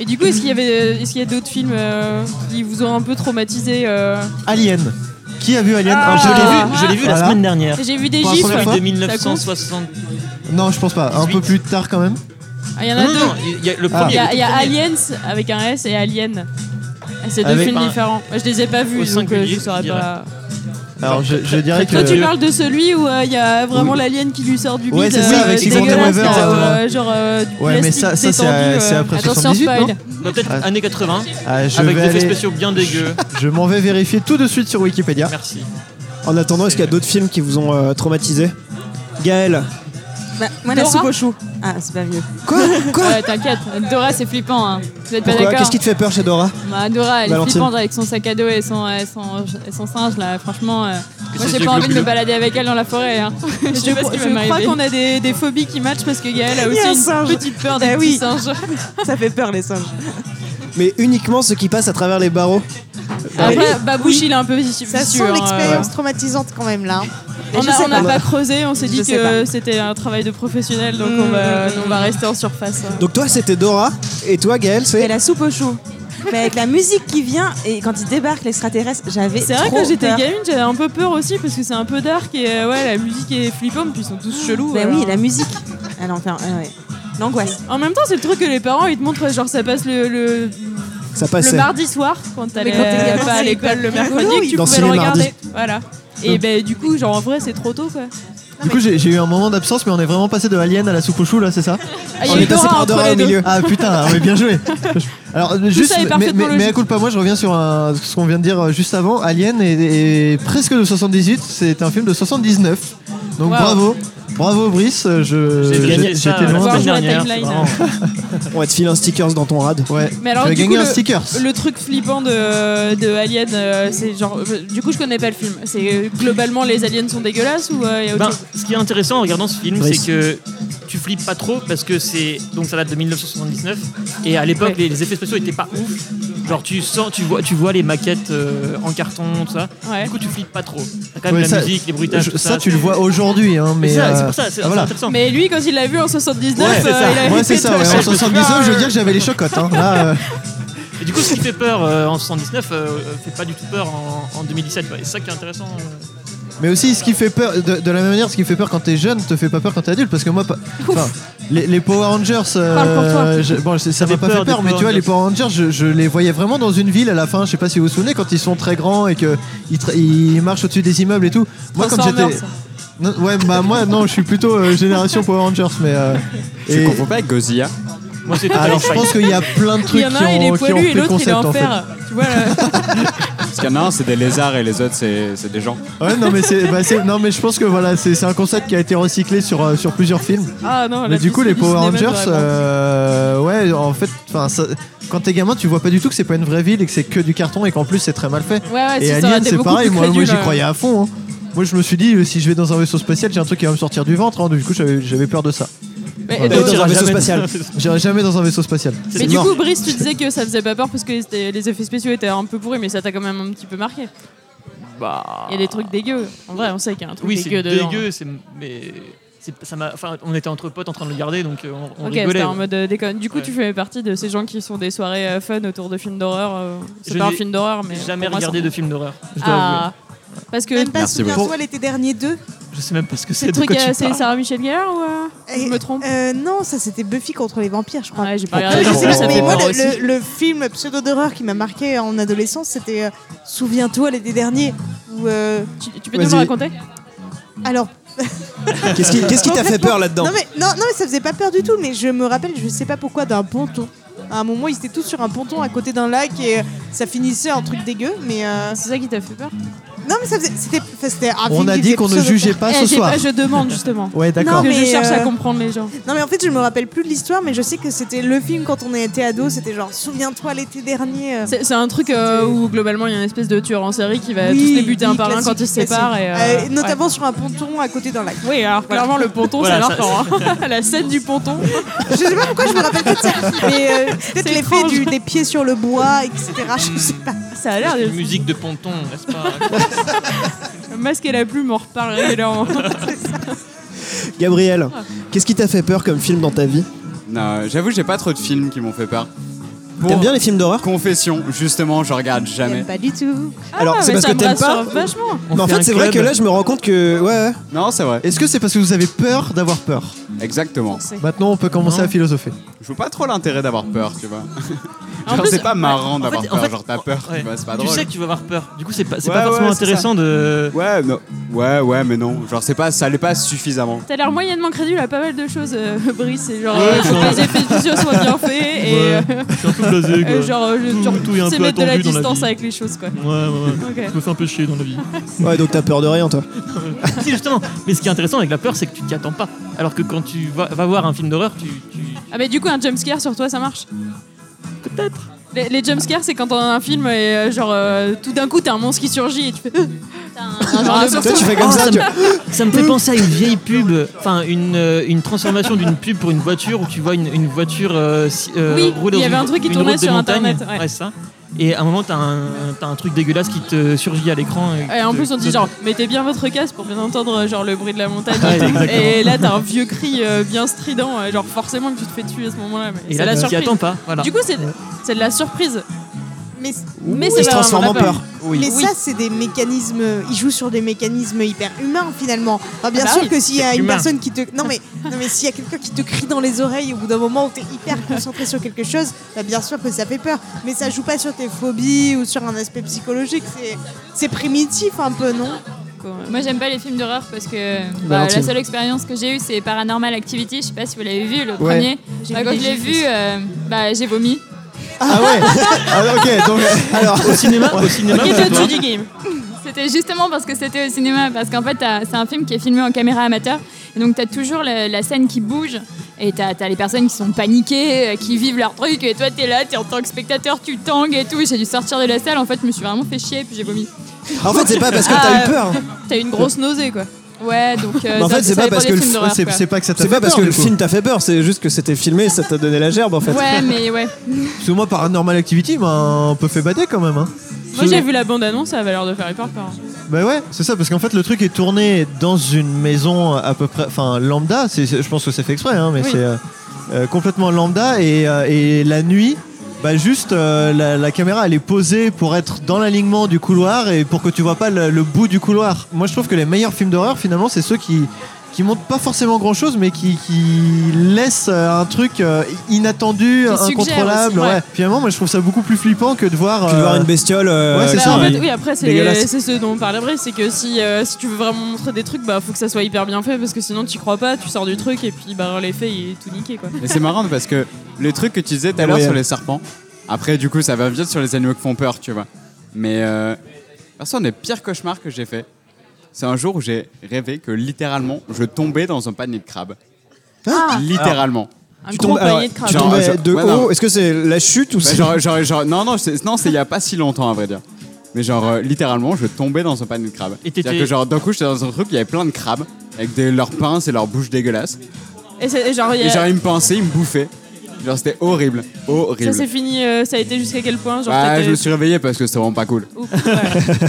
Et du coup, est-ce qu'il y avait, est-ce qu'il y a d'autres films euh, qui vous ont un peu traumatisé euh Alien. Qui a vu Alien Ah, Un Je peu l'ai Ah. vu, je l'ai vu la Voilà. semaine dernière. J'ai vu des Pour la gifs. première Ah, fois de Ça 1960. Non, je pense pas. Un 18. peu plus tard quand même. Ah, Il y en a Non, non, deux. non, il y a le Ah. Il y premier. a, le il y a premier. Aliens avec un S et Alien. Et C'est deux Avec- films ben, différents. Moi, je les ai pas au vus, donc euh, singulier, je saurais je dirais. pas. Alors, je, je dirais que. Toi, tu parles de celui où euh, il y a vraiment l'alien qui lui sort du bide. Ouais, c'est ça, avec c'est Sigourney dégueulasse, Weaver, là, euh, euh, genre euh, du Ouais, mais plastique ça, ça c'est détendu, à- euh. c'est après Attention, 78, non spoil. Bah, Peut-être Ah. années 80, Ah, je, avec vais des effets aller- spéciaux bien dégueux. je m'en vais vérifier tout de suite sur Wikipédia. Merci. En attendant, est-ce qu'il y a d'autres films qui vous ont euh, traumatisé Gaël Bah, moi, la Dora soupe au chou. Ah, c'est pas mieux. Quoi Quoi Ouais, t'inquiète, Dora c'est flippant. Hein. Vous êtes pas Pourquoi d'accord Qu'est-ce qui te fait peur chez Dora Bah, Dora, elle est Valentine. flippante avec son sac à dos et son, euh, son, et son singe là. Franchement, euh, moi c'est j'ai ce pas envie de me globuleux balader avec elle dans la forêt. Hein. je Je, sais pas ce qui va je crois m'arriver. qu'on a des, des phobies qui matchent parce que Gaël a Il y aussi a un une singe. petite peur des Eh petits oui. singes. Ça fait peur, les singes. Mais uniquement ce qui passe à travers les barreaux. Après, Babouche, il est un peu vicieux. euh, Ça sent hein, l'expérience traumatisante quand même, là. hein. euh, On Je a- sais on n'a pas. pas creusé, on s'est Je dit sais Mm. que c'était un travail de professionnel, donc on va, on va rester en surface. Donc toi, c'était Dora, et toi, Gaël, Et c'est... la soupe au chou. Mais avec la musique qui vient et quand ils débarquent, l'extraterrestre, j'avais. C'est vrai trop que j'étais peur. gamine, j'avais un peu peur aussi parce que c'est un peu dark et euh, ouais, la musique est flippante, puis ils sont tous chelous. Bah alors. oui, la musique. Ah non, enfin, ah ouais. L'angoisse. En même temps, c'est le truc que les parents ils te montrent, genre ça passe le, le, Ça le passait. mardi soir quand t'allais Mais euh, quand t'es gamin, pas à c'est l'école le hyper mercredi, rigolo, que tu Dans pouvais le Ciné regarder. Mardi. Voilà. Et ben du coup, genre en vrai, c'est trop tôt quoi. Du coup, j'ai j'ai eu un moment d'absence, mais on est vraiment passé de Alien à la soupe au chou là, c'est ça Ah, On est passé par Dora au milieu. Ah putain, mais bien joué. Alors juste, ça est mais, parfaitement mais, mais à logique. coup pas moi, je reviens sur un- ce qu'on vient de dire euh, juste avant. Alien est, est presque de 78, c'est un film de 79. Donc Wow. bravo, bravo Brice, euh, je J'ai j'ai- gagné ça j'étais la loin. Voir semaine jouer à dernière. Timeline. c'est vraiment- On va te filer un stickers dans ton rad. Ouais. Mais alors, tu as du gagné coup, un le- stickers. Le truc flippant de, de Alien, euh, c'est genre. euh, Du coup, je connais pas le film. C'est euh, globalement les aliens sont dégueulasses ou euh, y a autre Ben, chose ce qui est intéressant en regardant ce film, Brice. c'est que tu, flippes pas trop parce que c'est donc ça date de 1979 et à l'époque les, les effets spéciaux étaient pas ouf. Genre tu sens, tu vois, tu vois les maquettes euh, en carton, tout ça. Ouais. Du coup tu flippes pas trop. T'as quand même Ouais, la ça- musique, les bruitages, Je- tout ça. ça, tu le vois aujourd'hui, hein, mais. Mais ça, c'est euh, pour ça, c'est voilà. c'est intéressant. Mais lui, quand il l'a vu en 79, Ouais, c'est euh, ça. il a Ouais, été c'est ça, ouais. touché. En ah, 79, je veux dire que j'avais les chocottes. Hein. Là, euh, Et du coup, ce qui fait peur euh, en 79 euh, euh, fait pas du tout peur en, en 2017. quoi. Et c'est ça qui est intéressant. euh. Mais aussi, ce qui fait peur, de, de la même manière, ce qui fait peur quand t'es jeune, te fait pas peur quand t'es adulte, parce que moi, pas- enfin, les, les Power Rangers, euh, Parle pour toi. je- bon, c'est- ça m'a T'avais pas peur fait des peur, mais Power tu vois, les Rangers. Power Rangers, je, je les voyais vraiment dans une ville à la fin. Je sais pas si vous vous souvenez quand ils sont très grands et que ils, tra- ils marchent au-dessus des immeubles et tout. Moi, quand j'étais, Transformers. Non, ouais, bah moi, non, je suis plutôt euh, génération Power Rangers, mais. euh, Tu et- Ah, ne confonds pas avec Godzilla Moi, c'est alors, je pense qu'il y a plein de Il trucs y en a qui un, il ont, est qui ont poilu et fait le l'autre, il est concept en en fait. fer. Tu vois, là, Parce qu'il y en a un, c'est des lézards et les autres, c'est c'est des gens. Ouais, non, mais c'est, bah, c'est- non, mais je pense que voilà, c'est c'est un concept qui a été recyclé sur euh, sur plusieurs films. Ah non, la Mais du coup, piste les du hein. Power cinéma, Rangers, j'aurais pas dit. euh, ouais, en fait, enfin, ça- quand t'es gamin, tu vois pas du tout que c'est pas une vraie ville et que c'est que du carton et qu'en plus c'est très mal fait. Ouais, ouais, si, et ça aurait Alien, été c'est beaucoup pareil, plus moi, moi, crédule, j'y euh. croyais à fond. hein. Moi, je me suis dit, euh, si je vais dans un vaisseau spatial, j'ai un truc qui va me sortir du ventre, hein, du coup, j'avais j'avais peur de ça. Mais, Voilà. et donc- dans un vaisseau jamais- spatial. J'irai jamais dans un vaisseau spatial. mais C'est du mort. coup, Brice, tu disais que ça faisait pas peur parce que les, les effets spéciaux étaient un peu pourris, mais ça t'a quand même un petit peu marqué. Bah. Il y a des trucs dégueux. En vrai, on sait qu'il y a un truc Oui, c'est dégueu dedans. dégueu, c'est- mais c'est- ça m'a. Enfin, on était entre potes en train de le garder, donc euh, on, on Ok, rigolait. c'était en mode euh, déconne. Du coup, Ouais. tu fais partie de ces gens qui sont des soirées euh, fun autour de films d'horreur. euh, C'est Je pas un n'ai film d'horreur, mais. J'ai jamais pour moi, regardé c'est- de film d'horreur. Je dois avouer. Ah, parce que Même pas, Merci souviens-toi, l'été dernier 2. Je sais même pas ce que c'est. c'est le de truc, quoi euh, tu c'est parles. Sarah Michel Gellar ou euh, je Euh, me trompe euh, non, ça c'était Buffy contre les vampires, je crois. Ouais, j'ai pas Ah, regardé. je mais sais pas, ça mais fait moi, peur le, aussi. le- le film pseudo d'horreur qui m'a marqué en adolescence, c'était euh, Souviens-toi l'été dernier. Où, euh, Tu, tu peux nous le Vas-y. raconter alors, Qu'est-ce qui qu'est-ce qui t'a fait peur là-dedans non mais, non, non, mais ça faisait pas peur du tout, mais je me rappelle, je sais pas pourquoi, d'un ponton. À un moment, ils étaient tous sur un ponton à côté d'un lac et euh, ça finissait un truc dégueu, mais. euh, C'est ça qui t'a fait peur Non, mais ça faisait. C'était, enfin, c'était un film On a qui dit faisait qu'on ne pseudo- jugeait pas Eh, ce j'ai soir. pas- Je demande justement. Ouais, Non, d'accord. Parce que mais, je cherche à euh, comprendre les gens. Non, mais en fait, je me rappelle plus de l'histoire, mais je sais que c'était le film quand on était ado, c'était genre Souviens-toi l'été dernier. euh, C'est c'est un truc euh, où globalement il y a une espèce de tueur en série qui va oui, Euh, tous les buter un oui, par un quand classique, ils se séparent. Et, classique. euh, Euh, notamment sur un ponton à côté d'un lac. ouais. Oui, alors clairement le ponton Voilà, ça ça- leur fort. hein. La scène du ponton. Je sais pas pourquoi je me rappelle pas de ça, mais euh, c'est peut-être C'est l'effet étrange. du- des pieds sur le bois, etc. Je sais pas. Ça a l'air Une de. musique de ponton, n'est-ce pas Le masque et la plume, on reparle régulièrement. Gabriel, qu'est-ce qui t'a fait peur comme film dans ta vie Non, j'avoue, j'ai pas trop de films qui m'ont fait peur. T'aimes bien les films d'horreur Confession, justement, je regarde jamais. Pas du tout. Ah, Alors, c'est Ah, mais parce ça que me t'aimes rassure pas Vachement. On Mais en fait un fait, c'est vrai que club. là, je me rends compte que. Ouais, ouais. Non, c'est vrai. Est-ce que c'est parce que vous avez peur d'avoir peur Exactement. Maintenant, on peut commencer Non. à philosopher. Je vois pas trop l'intérêt d'avoir peur, tu vois. En Genre, plus, c'est pas marrant en fait- d'avoir en peur. fait, genre, t'as peur, ouais. tu vois, c'est pas Tu drôle. sais que tu vas avoir peur. Du coup, c'est pas, c'est Ouais, pas forcément ouais, c'est intéressant de. Ouais, non. ouais, ouais, mais non. Genre, c'est pas, ça l'est pas suffisamment. T'as l'air moyennement crédule à pas mal de choses, euh, Brice. C'est genre, Ouais, euh, faut genre- que les effets spéciaux soient bien faits et euh, Je suis un peu blasé, euh, genre, euh, je- Tout- genre, tout est un c'est peu mettre de la attendu dans la distance vie. avec les choses, quoi. Ouais, ouais, ouais. Ok. Je me fais un peu chier dans la vie. Ouais, donc t'as peur de rien, toi. si, justement. Mais ce qui est intéressant avec la peur, c'est que tu t'y attends pas. Alors que quand tu vas, vas voir un film d'horreur, tu. tu- Ah, mais du coup, un jumpscare sur toi, ça marche Peut-être. Les, les jumpscares, c'est quand on a un film et euh, genre, euh, tout d'un coup, t'as un monstre qui surgit et tu fais. euh, t'as un- un genre de- Toi, tu fais comme Oh, ça. Ah, ça tu- Ça me fait penser à une vieille pub, enfin une, euh, une transformation d'une pub pour une voiture où tu vois une, une voiture euh, si- euh, Oui, rouler il y dans avait une- un truc qui une tournait route de sur montagne. Internet, ouais. Ouais, c'est ça. Et à un moment, t'as un, t'as un truc dégueulasse qui te surgit à l'écran. Et en qui te- plus, on te dit genre, mettez bien votre casque pour bien entendre euh, genre le bruit de la montagne. Ouais, exactement. et là, t'as un vieux cri euh, bien strident, euh, genre forcément que tu te fais tuer à ce moment-là. mais Et c'est là, la tu t'y surprise. attends pas. Voilà. Du coup, c'est c'est de la surprise. Mais, Mais Il c'est se pas transforme en vraiment la peur. mais Oui. ça, c'est des mécanismes. Ils jouent sur des mécanismes hyper humains finalement. Enfin, bien Ah bah sûr oui, que s'il y a c'est une humain. personne qui te. Non mais, non, mais s'il y a quelqu'un qui te crie dans les oreilles au bout d'un moment où t'es hyper concentré sur quelque chose, bah, bien sûr que ça fait peur. Mais ça joue pas sur tes phobies ou sur un aspect psychologique. C'est- C'est primitif un peu, non quoi. Moi, j'aime pas les films d'horreur parce que bah, Valentine. la seule expérience que j'ai eue, c'est Paranormal Activity. Je sais pas si vous l'avez vu, le premier. J'ai Bah, vu quand des je l'ai gifs vu, euh, bah, j'ai vomi. Ah ouais Ah, Ok, donc. Alors, au cinéma, au cinéma, Et c'est toi, toi. tu dis game. C'était justement parce que c'était au cinéma, parce qu'en fait, t'as- c'est un film qui est filmé en caméra amateur, et donc t'as toujours le- la scène qui bouge, et t'as as les personnes qui sont paniquées, euh, qui vivent leur truc, et toi t'es là, t'es en tant que spectateur, tu tangues et tout. J'ai dû sortir de la salle, en fait, je me suis vraiment fait chier, puis j'ai vomi. En fait, c'est pas parce que Ah, t'as eu peur. T'as une grosse nausée, quoi. Ouais, donc. euh, Mais en ça- fait, c'est ça pas dépend parce des que le films f- d'horreur, c'est quoi. c'est pas que ça t'a C'est pas fait parce peur, que le du coup. film t'a fait peur, c'est juste que c'était filmé, ça t'a donné la gerbe en fait. Ouais, mais ouais. Parce que moi, Paranormal Activity ben, m'a un peu fait bader quand même. Hein. Moi j'ai vu la bande annonce, ça avait l'air de faire hyper peur. Bah ouais, c'est ça, parce qu'en fait, le truc est tourné dans une maison à peu près. Enfin, lambda, c'est- c'est- je pense que c'est fait exprès, hein, mais Oui. c'est euh, euh, complètement lambda. Et, euh, et la nuit, bah juste, euh, la, la caméra, elle est posée pour être dans l'alignement du couloir et pour que tu vois pas le, le bout du couloir. Moi, je trouve que les meilleurs films d'horreur, finalement, c'est ceux qui qui montrent pas forcément grand chose mais qui, qui laissent euh, un truc euh, inattendu Qui suggère incontrôlable aussi, ouais. ouais. finalement moi je trouve ça beaucoup plus flippant que de voir, Tu veux voir euh, une bestiole. euh, Ouais, c'est Bah, ça, en qui- fait, oui, après, c'est Dégueulasse. c'est ce dont on parlait après, c'est que si, euh, si tu veux vraiment montrer des trucs, bah faut que ça soit hyper bien fait parce que sinon tu crois pas, tu sors du truc et puis bah dans les faits, il est tout niqué quoi. Mais c'est marrant parce que le truc que tu disais tout à l'heure sur les serpents, après du coup ça va vite sur les animaux qui font peur, tu vois. Mais euh, perso, un des pires cauchemars que j'ai fait, c'est un jour où j'ai rêvé que littéralement je tombais dans un panier de crabes. Ah Littéralement. Ah. Un Hein tu gros tombes- ah alors, panier de Tu crabes. Genre, tombais genre- de ouais, non. haut, est-ce que c'est la chute ou Bah, c'est. genre- genre- genre- non, non, c'est non, c'est il y a pas si longtemps à vrai dire. Mais genre euh, littéralement je tombais dans un panier de crabes. Et t'étais- C'est-à-dire que genre d'un coup j'étais dans un truc, il y avait plein de crabes avec des, leurs pinces et leurs bouches dégueulasses. Et, c'est- et genre, il y a- Et genre ils me pinçaient, ils me bouffaient. Genre c'était horrible, ça horrible. c'est fini, euh, ça a été jusqu'à quel point genre, Bah, t'as- je me suis réveillé parce que c'était vraiment pas cool. Oups, ouais.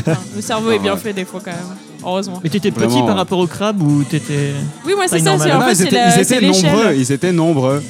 Putain, Le cerveau est bien Ouais. fait des fois quand même, heureusement. Mais t'étais petit Vraiment, par ouais. rapport au crabe ou t'étais. Oui, moi c'est Pas ça, c'est en Non, fait ils c'est étaient, la- ils c'est étaient nombreux, l'échelle. ils étaient nombreux.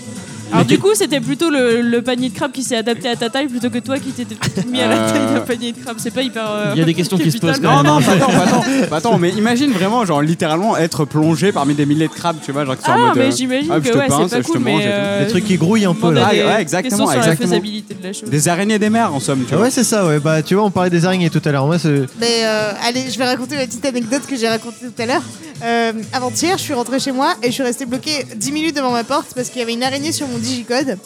Alors du coup, c'était plutôt le, le panier de crabes qui s'est adapté à ta taille plutôt que toi qui t'étais mis à la taille d'un panier de crabes. C'est pas hyper. euh, Il y a des questions qui se capital, posent, quoi. quand Non, non, même. bah attends, bah attends, bah attends, mais imagine vraiment, genre littéralement être plongé parmi des milliers de crabes, tu vois, genre qui sont Ah, en mode. mais euh, j'imagine hop, que je te ouais, pince, c'est pas je cool, te mange mais et tout. euh, des trucs qui grouillent un peu demande là. à Ah, des ouais, questions exactement, sur la exactement. faisabilité de la chose. Des araignées des mers en somme, tu Ah vois. ouais, c'est ça, ouais. Bah, tu vois, on parlait des araignées tout à l'heure. Moi, c'est. Ah Mais euh, allez, je vais raconter la petite anecdote que j'ai racontée tout à l'heure. Euh, Avant-hier, je suis rentrée chez moi et je suis restée bloquée 10 minutes devant ma porte parce qu'il y avait une araignée sur mon digicode.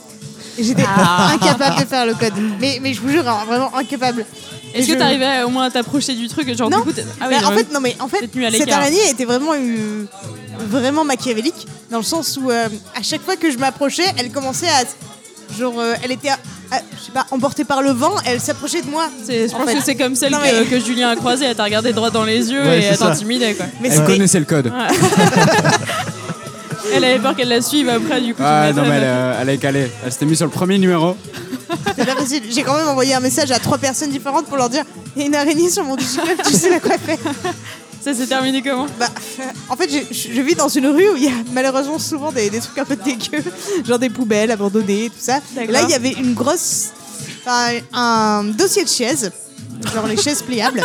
Et j'étais Ah. incapable de faire le code. Mais, mais je vous jure, hein, vraiment incapable. Et Est-ce je- que t'arrivais au moins à t'approcher du truc genre Non. du coup t'es- ah oui, Bah, en non, fait, non, mais en fait, t'es tenu à cette l'écart. araignée était vraiment, euh, vraiment machiavélique dans le sens où euh, à chaque fois que je m'approchais, elle commençait à. Genre, euh, elle était, à- à- je sais pas, emportée par le vent, elle s'approchait de moi. c'est- je en pense fait. que c'est comme celle Non, que, mais- que Julien a croisée, elle t'a regardé droit dans les yeux Ouais, et c'est elle ça. t'intimidait quoi. Mais Elle c'était- connaissait le code. Elle avait peur qu'elle la suive après du coup. Ah tu non, m'étonnes. mais elle, euh, elle est calée. Elle s'était mise sur le premier numéro. C'est pas facile. J'ai quand même envoyé un message à trois personnes différentes pour leur dire il y a une araignée sur mon digicode, tu sais la quoi faire Ça s'est terminé comment Bah, euh, en fait, je, je- je vis dans une rue où il y a malheureusement souvent des, des trucs un peu dégueux, genre des poubelles abandonnées, tout ça. D'accord. Et là, il y avait une grosse. enfin, un dossier de chaises, genre les chaises pliables.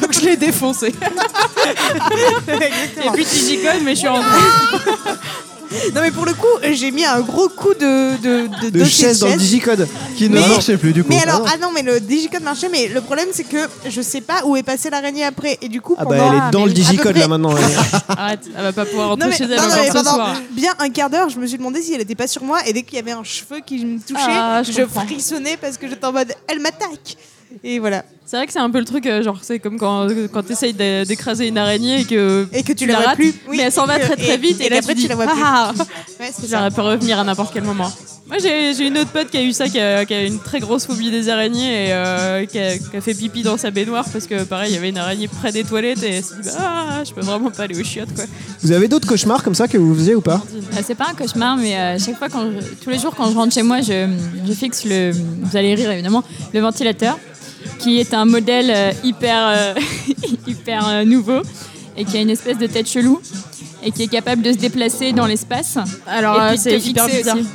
Donc je l'ai défoncée. Et Exactement. puis tu gigoles, mais je suis en Non, mais pour le coup, j'ai mis un gros coup de, de, de De dossier chaise dans le digicode. Qui ne Mais- marchait plus, du coup. Mais alors, Ah ah non, mais le digicode marchait, mais le problème c'est que je sais pas où est passée l'araignée après. Et du coup, Ah bah pendant elle est dans à le peu digicode près là maintenant. elle. Arrête, elle va pas pouvoir rentrer Non, mais- chez elle non, non, encore mais ce pendant soir. bien un quart d'heure, je me suis demandé si elle n'était pas sur moi. Et dès qu'il y avait un cheveu qui me touchait, Ah, je je, comprends. frissonnais parce que j'étais en mode elle m'attaque. Et voilà. C'est vrai que c'est un peu le truc, euh, genre c'est comme quand, quand t'essayes d'é- d'écraser une araignée et que Et que tu, tu la, la vois rates, plus. Oui, mais elle s'en va que- très très vite et, Et, là, après, tu dis, la vois plus. Ah, Ouais, c'est ça. J'aurais pu revenir à n'importe quel moment. Moi j'ai j'ai une autre pote qui a eu ça, qui a, qui a une très grosse phobie des araignées et euh, qui, a, qui a fait pipi dans sa baignoire parce que pareil il y avait une araignée près des toilettes et elle s'est dit bah, ah, je peux vraiment pas aller aux chiottes quoi. Vous avez d'autres cauchemars comme ça que vous faisiez ou pas Euh, C'est pas un cauchemar, mais euh, chaque fois, quand je- tous les jours, quand je rentre chez moi, je, je fixe le. Vous allez rire évidemment, le ventilateur, qui est un modèle euh, hyper, euh, hyper euh, nouveau et qui a une espèce de tête chelou et qui est capable de se déplacer dans l'espace. Alors euh, Et puis de te fixer aussi.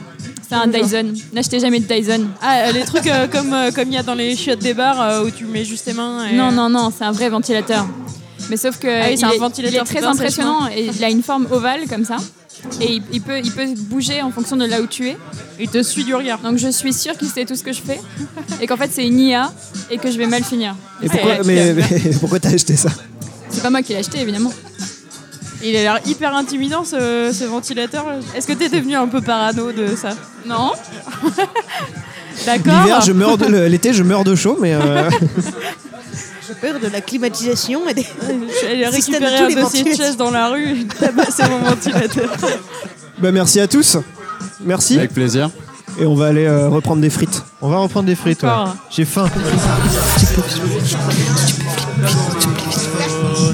C'est un Dyson. N'achetez jamais de Dyson. Ah euh, les trucs euh, comme euh, comme il y a dans les chiottes des bars euh, où tu mets juste tes mains. et- euh, Ah Non, non, non, c'est un vrai ventilateur. Mais sauf que oui, c'est il un est- ventilateur, il est c'est très pas un impressionnant et il a une forme ovale comme ça. Et il, il peut, il peut bouger en fonction de là où tu es. Il te suit du regard. Donc je suis sûre qu'il sait tout ce que je fais et qu'en fait c'est une IA et que je vais mal finir. Et pourquoi, mais, mais pourquoi t'as acheté ça C'est pas moi qui l'ai acheté évidemment. Il a l'air hyper intimidant ce, ce ventilateur. Est-ce que t'es devenu un peu parano de ça Non. D'accord. L'hiver, je meurs de le- l'été, je meurs de chaud, mais euh, J'ai peur de la climatisation. Et des... J'ai Système de récupéré tous un les dossier de ventilateurs. chaise dans la rue. Là-bas, C'est mon ventilateur. bah, merci à tous. Merci. Avec plaisir. Et on va aller euh, reprendre des frites. On va reprendre des frites, ouais. Encore. J'ai faim.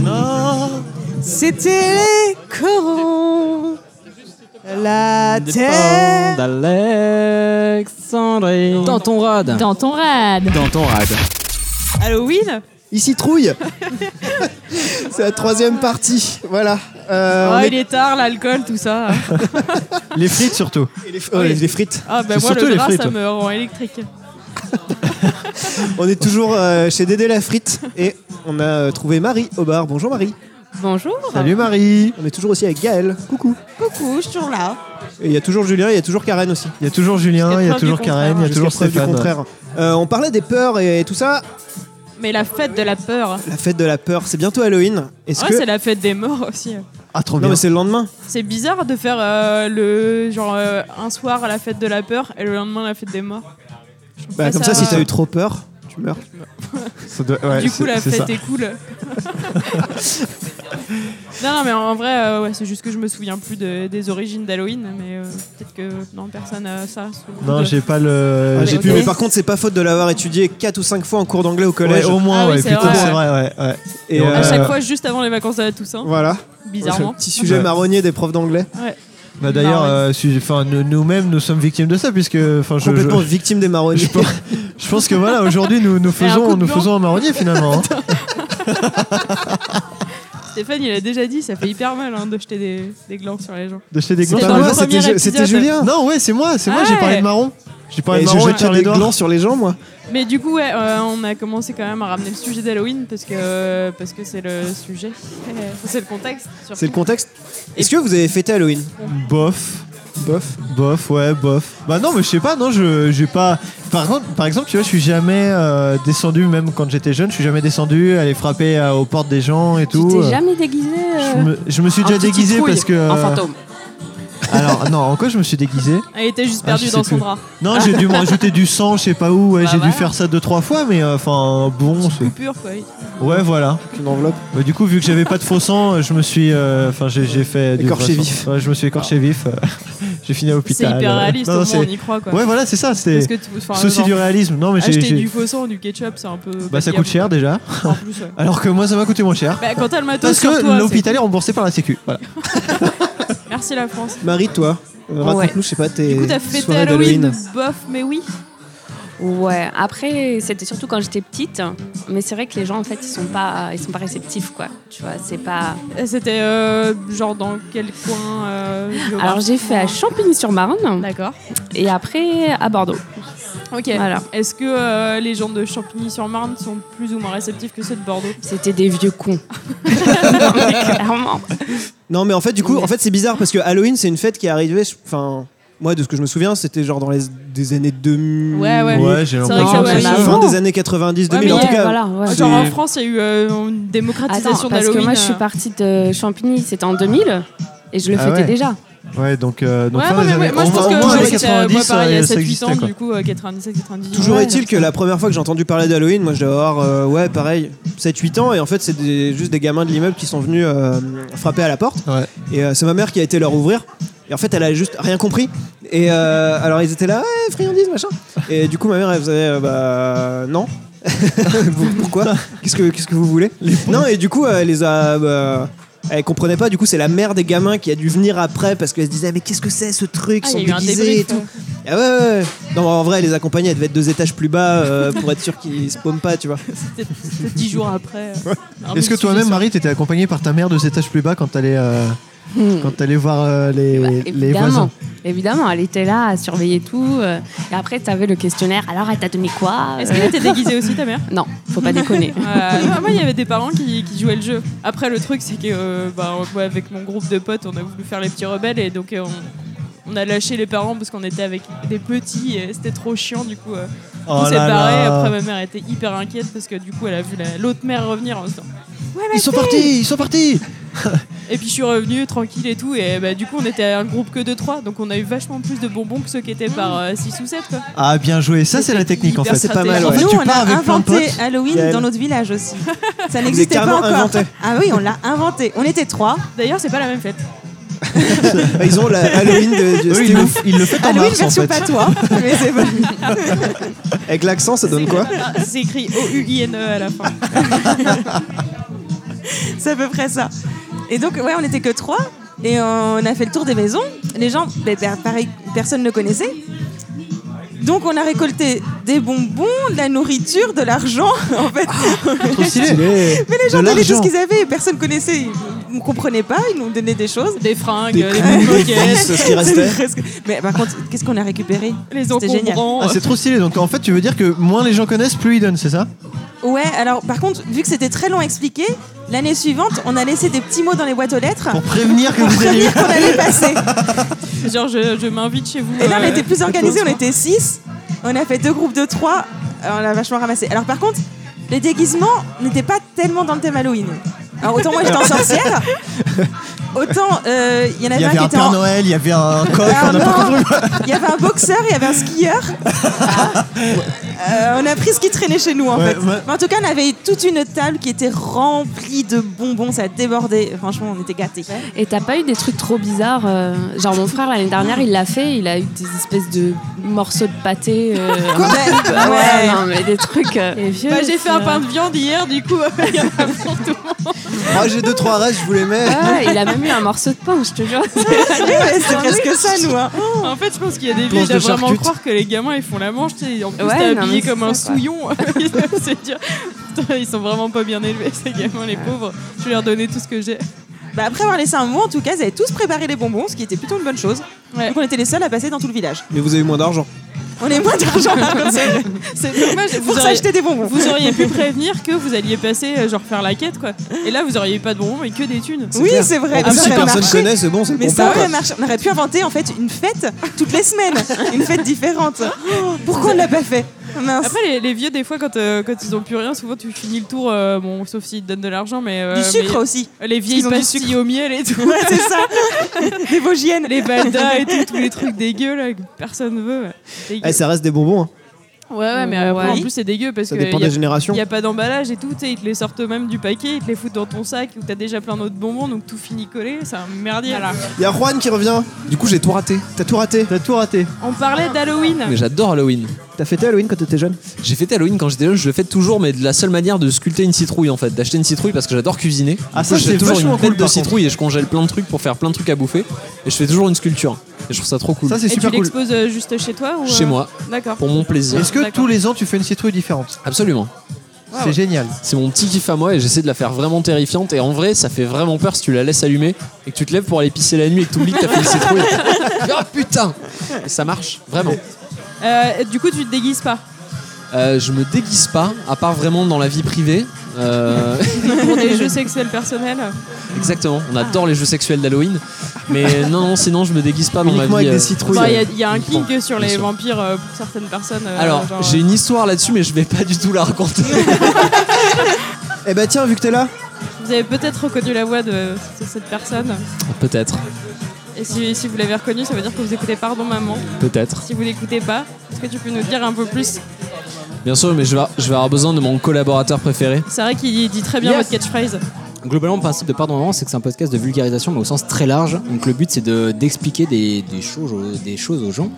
Nord, C'était les corons. La terre. d'Alexandrie. Dans ton rad. Dans ton rad. Dans ton rad. Halloween Ici Trouille C'est la troisième partie, voilà. Euh, Ah, on est- il est tard, l'alcool, tout ça. Les frites surtout. et les f- oh, les- les frites. Ah, bah C'est moi, surtout le les gras, frites. ça me rend électrique. On est toujours euh, chez Dédé la frite et on a euh, trouvé Marie au bar. Bonjour Marie. Bonjour. Salut Marie. On est toujours aussi avec Gaël. Coucou. Coucou, je suis toujours là. Et il y a toujours Julien, il y a toujours Karen aussi. Il y a toujours Julien, Jusqu'à il y a preuve du toujours contraire. Karen, il y a Jusqu'à toujours preuve du Stéphane. contraire. Euh, on parlait des peurs et, tout ça. Mais la fête de la peur. La fête de la peur, c'est bientôt Halloween. Est-ce Ouais, que Ah, c'est la fête des morts aussi. Ah trop non bien. mais c'est le lendemain. C'est bizarre de faire euh, le genre euh, un soir à la fête de la peur et le lendemain la fête des morts. Je trouve Bah, pas comme ça, si t'as euh, eu trop peur, tu meurs. Ça doit- ouais, du coup, c'est- la c'est fête ça. est cool. non, non, mais en vrai, euh, ouais, c'est juste que je me souviens plus de- des origines d'Halloween, mais euh, peut-être que non, personne a ça. sous le Non, coude. j'ai pas le. Ah, J'ai ok. pu, mais par contre, c'est pas faute de l'avoir étudié 4 ou 5 fois en cours d'anglais au Ouais, collège. au moins, Ah oui, ouais, c'est putain, vrai. c'est vrai, ouais. ouais. Et À À euh, chaque fois, juste avant les vacances de la Toussaint, voilà. bizarrement. Petit sujet Ouais. marronnier des profs d'anglais. Bah, d'ailleurs, Marron. euh, si- enfin, nous- nous-mêmes, nous sommes victimes de ça, puisque. Enfin, je, euh, je, Complètement victime des marronniers. je pense, je pense que voilà, aujourd'hui, nous, nous un coup faisons, de nous blanc. faisons un marronnier finalement. hein. Stéphane, il a déjà dit, ça fait hyper mal hein, de jeter des, des glands sur les gens. De jeter des C'était glands. dans Ah, le moi, premier c'était Ju- épisode. Ah c'était Julien. Non, ouais, c'est moi, c'est moi, j'ai Ouais. parlé de marron. J'ai parlé Et de je marron et de jette Charlie des Edouard. glands sur les gens, moi. Mais du coup, ouais, euh, on a commencé quand même à ramener le sujet d'Halloween parce que parce que c'est le sujet, c'est le contexte. surtout. C'est le contexte. Est-ce que vous avez fêté Halloween Bof. Bof. Bof, ouais, bof. Bah non, mais je sais pas, non, je j'ai pas. Par contre, par exemple, tu vois, je suis jamais euh, descendu, même quand j'étais jeune, je suis jamais descendu, aller frapper euh, aux portes des gens et Tu tout. euh. t'es jamais déguisé Je euh, me, je me suis déjà déguisé parce que. Un euh, fantôme. Alors, non, en quoi je me suis déguisé Elle était juste Ah, je perdue sais dans son plus. drap. Non, j'ai dû me rajouter du sang, je sais pas où, ouais, Bah j'ai voilà. dû faire ça deux, trois fois, mais euh, enfin, bon, c'est- Coupure quoi. Ouais, voilà. Une enveloppe. Bah, du coup, vu que j'avais pas de faux sang, euh, je me suis. euh, Enfin, j'ai- j'ai fait. du Écorché vrai vif. Ah. sang. Ouais, je me suis écorché vif. euh, j'ai fini à C'est l'hôpital. hyper euh. réaliste, Non, non, au moins on c'est- y croit quoi. Ouais, voilà, c'est ça, parce c'était. que tu, enfin, Ceci genre, du réalisme. Non, mais j'ai. acheter j'ai- du faux sang, du ketchup, c'est un peu. Bah, ça fatigable. coûte cher déjà. En plus, ouais. Alors que moi, ça m'a coûté moins cher. Bah, quand t'as le matos Parce sur que toi, l'hôpital est remboursé par la Sécu. Voilà. c'est- Merci la France. Marie, toi, euh, Ouais. raconte-nous, je sais pas, tes Du coup, t'as fêté soirées Halloween, d'Halloween. bof, mais oui. Ouais, après, c'était surtout quand j'étais petite. Mais c'est vrai que les gens, en fait, ils sont pas, ils sont pas réceptifs, quoi. Tu vois, c'est pas. Et C'était euh, genre dans quel coin euh, géographiquement Alors, j'ai fait à Champigny-sur-Marne D'accord. et après à Bordeaux. Ok. Voilà. Est-ce que euh, les gens de Champigny-sur-Marne sont plus ou moins réceptifs que ceux de Bordeaux C'était des vieux cons. Non, mais clairement. Non, mais en fait, du coup, en fait, c'est bizarre parce que Halloween, c'est une fête qui est arrivée. je- Enfin, moi, de ce que je me souviens, c'était genre dans les des années 2000. Ouais, ouais. Ouais, j'ai C'est vrai l'impression que ça que va c'est- Fin avant. des années 90, 2000. mais en tout Ouais, cas, voilà, ouais. Genre en France, il y a eu euh, une démocratisation Attends, parce d'Halloween. euh, que moi, je suis partie de Champigny, c'était en 2000 et je le Ah fêtais ouais. déjà. Ouais, donc. euh, donc Ouais, fin non, des mais années- ouais, moi, je au pense moins- au que moins moi, les j'étais, euh, 90, moi, pareil, il y a ça 7-8 existait, ans, quoi. du coup, euh, 97, 98. Toujours est-il que la première fois que j'ai entendu parler d'Halloween, moi je devais avoir, euh, ouais, pareil, 7-8 ans, et en fait, c'est des- juste des gamins de l'immeuble qui sont venus euh, frapper à la porte. Ouais. Et euh, c'est ma mère qui a été leur ouvrir. Et en fait, elle a juste rien compris. Et euh, alors, ils étaient là, ouais, friandises, machin. Et du coup, ma mère, elle faisait, euh, bah, non. Vous- Pourquoi Qu'est-ce que Qu'est-ce que vous voulez Non, et du coup, euh, elle les a. bah, elle comprenait pas, du coup, c'est la mère des gamins qui a dû venir après parce qu'elle se disait, mais qu'est-ce que c'est ce truc il Ils y sont a eu un déguisés et débrief. tout. Ah ouais, ouais, ouais. Non, mais en vrai, les accompagner, elles devaient être deux étages plus bas euh, pour être sûr qu'ils se paument pas, tu vois. C'était 10 jours après. euh, un Est-ce que autre toi-même, sujet Marie, t'étais accompagnée par ta mère de cet étage plus bas quand t'allais euh, Hmm. quand t'allais voir euh, Eh les, ben, Ouais, les évidemment. voisins Évidemment, elle était là à surveiller tout. euh, et après, tu avais le questionnaire. Alors, elle t'a donné quoi sur- Est-ce qu'elle était déguisée aussi, ta mère Euh, Non, faut pas déconner. Euh, non, Moi, il y avait des parents qui, qui jouaient le jeu. Après, le truc, c'est que euh, bah, moi, avec mon groupe de potes, on a voulu faire les petits rebelles et donc euh, on, on a lâché les parents parce qu'on était avec des petits et c'était trop chiant, du coup. euh, Oh on s'est là barré. là. Après, ma mère était hyper inquiète parce que du coup, elle a vu la- l'autre mère revenir en se disant. Ils sont partis, ils sont partis Et puis je suis revenue tranquille et tout. Et bah, du coup, on était un groupe que de trois. Donc on a eu vachement plus de bonbons que ceux qui étaient par 6 ou 7. Quoi. Ah, bien joué, ça c'est la technique en Hyper fait. pas mal, stratégique. ouais. fait, Nous, tu on pars a avec plein de inventé potes. Halloween Gaël. dans notre village aussi. Ça n'existait pas carrément encore. inventé. Ah oui, on l'a inventé. On était trois. D'ailleurs, c'est pas la même fête. Bah, Ils ont la Halloween de, de- Eux, c'était ils, le, ouf. ils le font en Halloween mars en version fait. patois. Mais c'est pas... Avec l'accent, ça donne quoi Ah, C'est E écrit O-U-I-N-E à la fin. C'est à peu près ça. Et donc, ouais, on était que trois. Et on a fait le tour des maisons. Les gens, ben, ben, pareil, personne ne connaissait. Donc, on a récolté des bonbons, de la nourriture, de l'argent, en fait. Ah, Trop stylé. Mais les gens De donnaient tout l'argent. ce qu'ils avaient, personne connaissait, ils ne comprenaient pas, ils nous donnaient des choses. Des fringues, des, boules, des vis, ce qui restait. Mais par contre, qu'est-ce qu'on a récupéré Les C'était génial. Ah, c'est trop stylé. Donc en fait, tu veux dire que moins les gens connaissent, plus ils donnent, c'est ça Ouais, alors par contre, vu que c'était très long à expliquer, l'année suivante, on a laissé des petits mots dans les boîtes aux lettres Pour prévenir que pour vous allez. prévenir qu'on allait passer. Genre, je, je m'invite chez vous. Et là, on euh, était plus à organisés, on Tours. était 6. On a fait deux groupes de 3. On a vachement ramassé. Alors, par contre, les déguisements n'étaient pas tellement dans le thème Halloween. Alors, autant moi, j'étais en sorcière. Autant euh, Bah, il y en Il avait, y avait un qui un était Père en. Noël, il y avait un coq, Ah, un n'importe non. quoi. Il y avait un boxeur, il y avait un skieur. Euh, on a pris ce qui traînait chez nous en Ouais, fait. ouais. Mais en tout cas, on avait toute une table qui était remplie de bonbons, ça débordait. Franchement, on était gâtés. Et t'as pas eu des trucs trop bizarres euh, Genre mon frère l'année dernière il l'a fait, il a eu des espèces de morceaux de pâté. euh, un peu- ah ouais, Ouais. non mais des trucs. euh, Bah, j'ai hein. fait un pain de viande hier, du coup, il y en a pour tout. Moi Ah, j'ai deux trois restes, je vous les mets. Ouais, Ah, il a même eu un morceau de pain, je te jure. Ouais, C'est presque ça, nous. hein. En fait, je pense qu'il y a des vieux, Planche ils doivent de vraiment charcute. croire que les gamins ils font la manche, tu sais, en plus Ouais, t'es non, habillé mais c'est comme un ça, quoi. souillon. ils doivent se dire, putain, ils sont vraiment pas bien élevés, ces gamins, les pauvres. Je vais leur donner tout ce que j'ai. Bah, après avoir laissé un mot, en tout cas, ils avaient tous préparé les bonbons, ce qui était plutôt une bonne chose. Ouais. Donc on était les seuls à passer dans tout le village. Mais vous avez moins d'argent. On est moins d'argent par contre, c'est vrai. C'est dommage, pour vous auriez, s'acheter des bonbons. vous auriez pu prévenir que vous alliez passer, euh, genre faire la quête, quoi. Et là, vous auriez pas de bonbons, mais que des thunes. Oui, clair. c'est vrai. En plus, ça si aurait personne marché. connaît, c'est bon, c'est le Mais bon ça plan, aurait quoi. marché. On aurait pu inventer en fait une fête toutes les semaines, une fête différente. Pourquoi on l'a pas fait Mince. Après, les, les vieux, des fois, quand, euh, quand ils ont plus rien, souvent tu finis le tour, euh, bon, sauf s'ils te donnent de l'argent, mais. euh, Du sucre mais- aussi. Les Ils vieilles ont du pastilles au miel et tout. Ouais, c'est ça. Des Vosgiennes. les baldas et tout, tous les trucs dégueux là, que personne veut. ouais. Dégueu. Eh, ça reste des bonbons, hein. Ouais, ouais, mais après, Oui. en plus, c'est dégueu parce ça que dépend y a- des générations. y a pas d'emballage et tout, tu sais, ils te les sortent même du paquet, ils te les foutent dans ton sac où t'as déjà plein d'autres bonbons, donc tout finit collé, c'est un merdier. Il y a Juan qui revient. Du coup, j'ai tout raté. T'as tout raté T'as tout raté. On parlait d'Halloween. Mais j'adore Halloween. T'as fêté Halloween quand t'étais jeune J'ai fêté Halloween quand j'étais jeune, je le fête toujours, mais de la seule manière de sculpter une citrouille en fait, d'acheter une citrouille parce que j'adore cuisiner. Ah, Du ça, coup, j'ai c'est toujours vachement une cool, tête de par contre. citrouille et je congèle plein de trucs pour faire plein de trucs à bouffer. Et je fais toujours une sculpture. Et je trouve ça trop cool. Ça, c'est Et tu super cool. l'exposes euh, juste chez toi ou euh, Chez moi, D'accord. pour mon plaisir. Est-ce que D'accord. tous les ans tu fais une citrouille différente Absolument. C'est génial. C'est mon petit kiff à moi et j'essaie de la faire vraiment terrifiante. Et en vrai, ça fait vraiment peur si tu la laisses allumer et que tu te lèves pour aller pisser la nuit et que tu oublies que t'as fait une citrouille. oh putain Et ça marche, vraiment. Euh, du coup, tu te déguises pas Euh, je me déguise pas, à part vraiment dans la vie privée. Euh, pour des jeux sexuels personnels. exactement, on adore les jeux sexuels d'Halloween. Mais non, non, sinon je me déguise pas dans ma vie. Uniquement avec des euh, Bon, Il citrouilles. Bah, y, a- il y a un Bon, kink sur les sûr. vampires euh, pour certaines personnes. euh, Alors, genre, j'ai une histoire là-dessus, mais je vais pas du tout la raconter. Eh bah tiens, vu que t'es là, Vous avez peut-être reconnu la voix de, de cette personne. peut-être, Et si, si vous l'avez reconnue, ça veut dire que vous écoutez Pardon Maman. peut-être. Si vous l'écoutez pas, est-ce que tu peux nous dire un peu plus Bien sûr, mais je vais, je vais avoir besoin de mon collaborateur préféré. C'est vrai qu'il dit très bien Yes. votre catchphrase. Globalement, le principe de Pardon Maman, c'est que c'est un podcast de vulgarisation, mais au sens très large. Donc le but, c'est de- d'expliquer des, des choses, aux- des choses aux gens.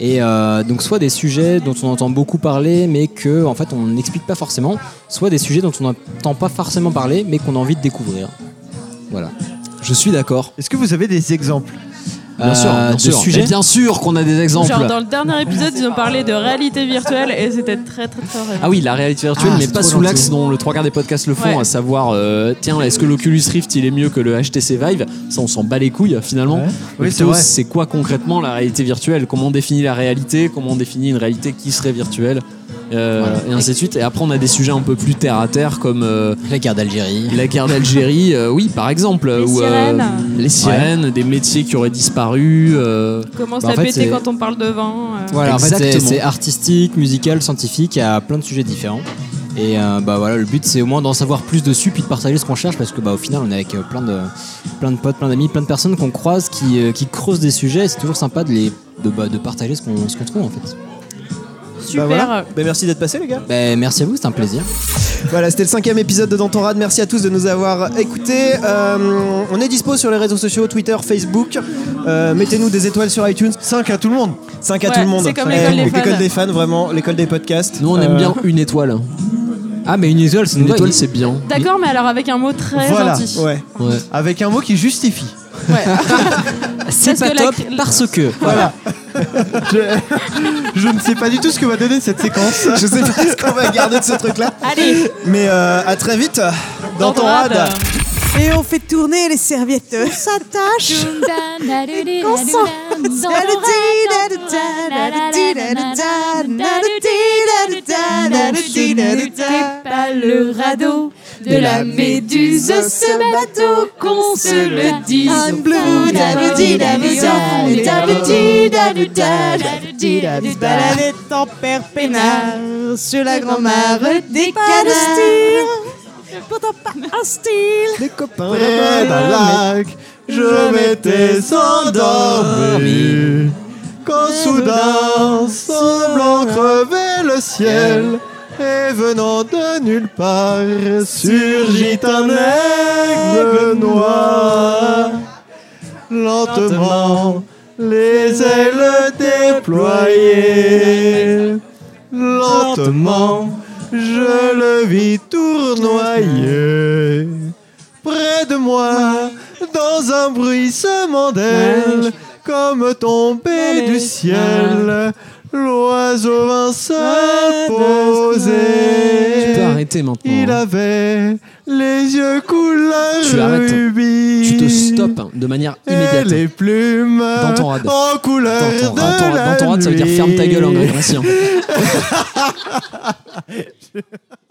Et euh, donc soit des sujets dont on entend beaucoup parler, mais que en fait on n'explique pas forcément, soit des sujets dont on n'entend pas forcément parler, mais qu'on a envie de découvrir. Voilà. Je suis d'accord. Est-ce que vous avez des exemples hein, Bien sûr, bien Euh, de sûr. sujets Mais bien sûr qu'on a des exemples. Genre dans le dernier épisode, ils ont parlé de réalité virtuelle et c'était très très très vrai. Ah oui, la réalité virtuelle, Ah, mais c'est pas trop sous gentil. l'axe dont le trois quarts des podcasts le font, Ouais. à savoir, euh, tiens, est-ce que l'Oculus Rift il est mieux que le HTC Vive Ça, on s'en bat les couilles finalement. Ouais. Mais Oui, c'est plutôt, vrai. C'est quoi concrètement la réalité virtuelle Comment on définit la réalité Comment on définit une réalité qui serait virtuelle Euh, Et ainsi de suite. Et après, on a des sujets un peu plus terre à terre comme euh, La guerre d'Algérie. la guerre d'Algérie, euh, oui, par exemple, Les ou sirènes. les sirènes, des métiers qui auraient disparu. euh, Comment Bah, se en la fait, péter c'est- quand on parle de vin euh. Voilà, en fait, c'est- Exactement. c'est artistique, musical, scientifique, il y a plein de sujets différents. Et euh, bah voilà, le but c'est au moins d'en savoir plus dessus puis de partager ce qu'on cherche parce que bah au final on est avec euh, plein de plein de potes, plein d'amis, plein de personnes qu'on croise qui, euh, qui creusent des sujets. et C'est toujours sympa de les de, bah, de partager ce qu'on ce qu'on trouve en fait. Super. Bah voilà. Bah, merci d'être passé les gars. Bah, merci à vous, c'est un plaisir. Voilà, c'était le cinquième épisode de Danton Rad. Merci à tous de nous avoir écoutés. Euh, on est dispo sur les réseaux sociaux, Twitter, Facebook. Euh, Mettez-nous des étoiles sur iTunes. 5 à tout le monde. 5 à Ouais, tout le monde. c'est comme Eh, l'école des fans. l'école des fans, vraiment, l'école des podcasts. Nous, on Euh, aime bien une étoile. Ah, mais une étoile, c'est Une étoile, c'est bien. D'accord, mais alors avec un mot très Voilà. gentil. Ouais. Ouais. Avec un mot qui justifie. C'est Parce pas que la- top parce que. Voilà. je, je ne sais pas du tout ce que va donner cette séquence. Je sais pas ce qu'on va garder de ce truc-là. Allez, Mais euh, à très vite dans ton rad. Et on fait tourner les serviettes. euh, S'attache. pas le radeau de la méduse, ce bateau qu'on se le dise. Il se baladait en perpénard sur la grand-mare des canastures. Pourtant pas un style. Les copains. Près d'un lac, bah, je m'étais endormi. Quand soudain, semblant crever le ciel, et venant de nulle part, surgit un aigle noir. Lentement, les ailes déployées. Lentement, je le vis tournoyer. Près de moi, dans un bruissement d'ailes, comme tombé du ciel, l'oiseau vint Tu peux s'imposer. arrêter maintenant. Il hein. avait les yeux Tu couleur arrêtes. rubis. Tu te stoppes hein, de manière Et immédiate. les plumes Dans ton rad. en couleur Dans ton, de dans ton- la dans ton rad, ça veut dire ferme ta gueule en grec. hein, si, hein.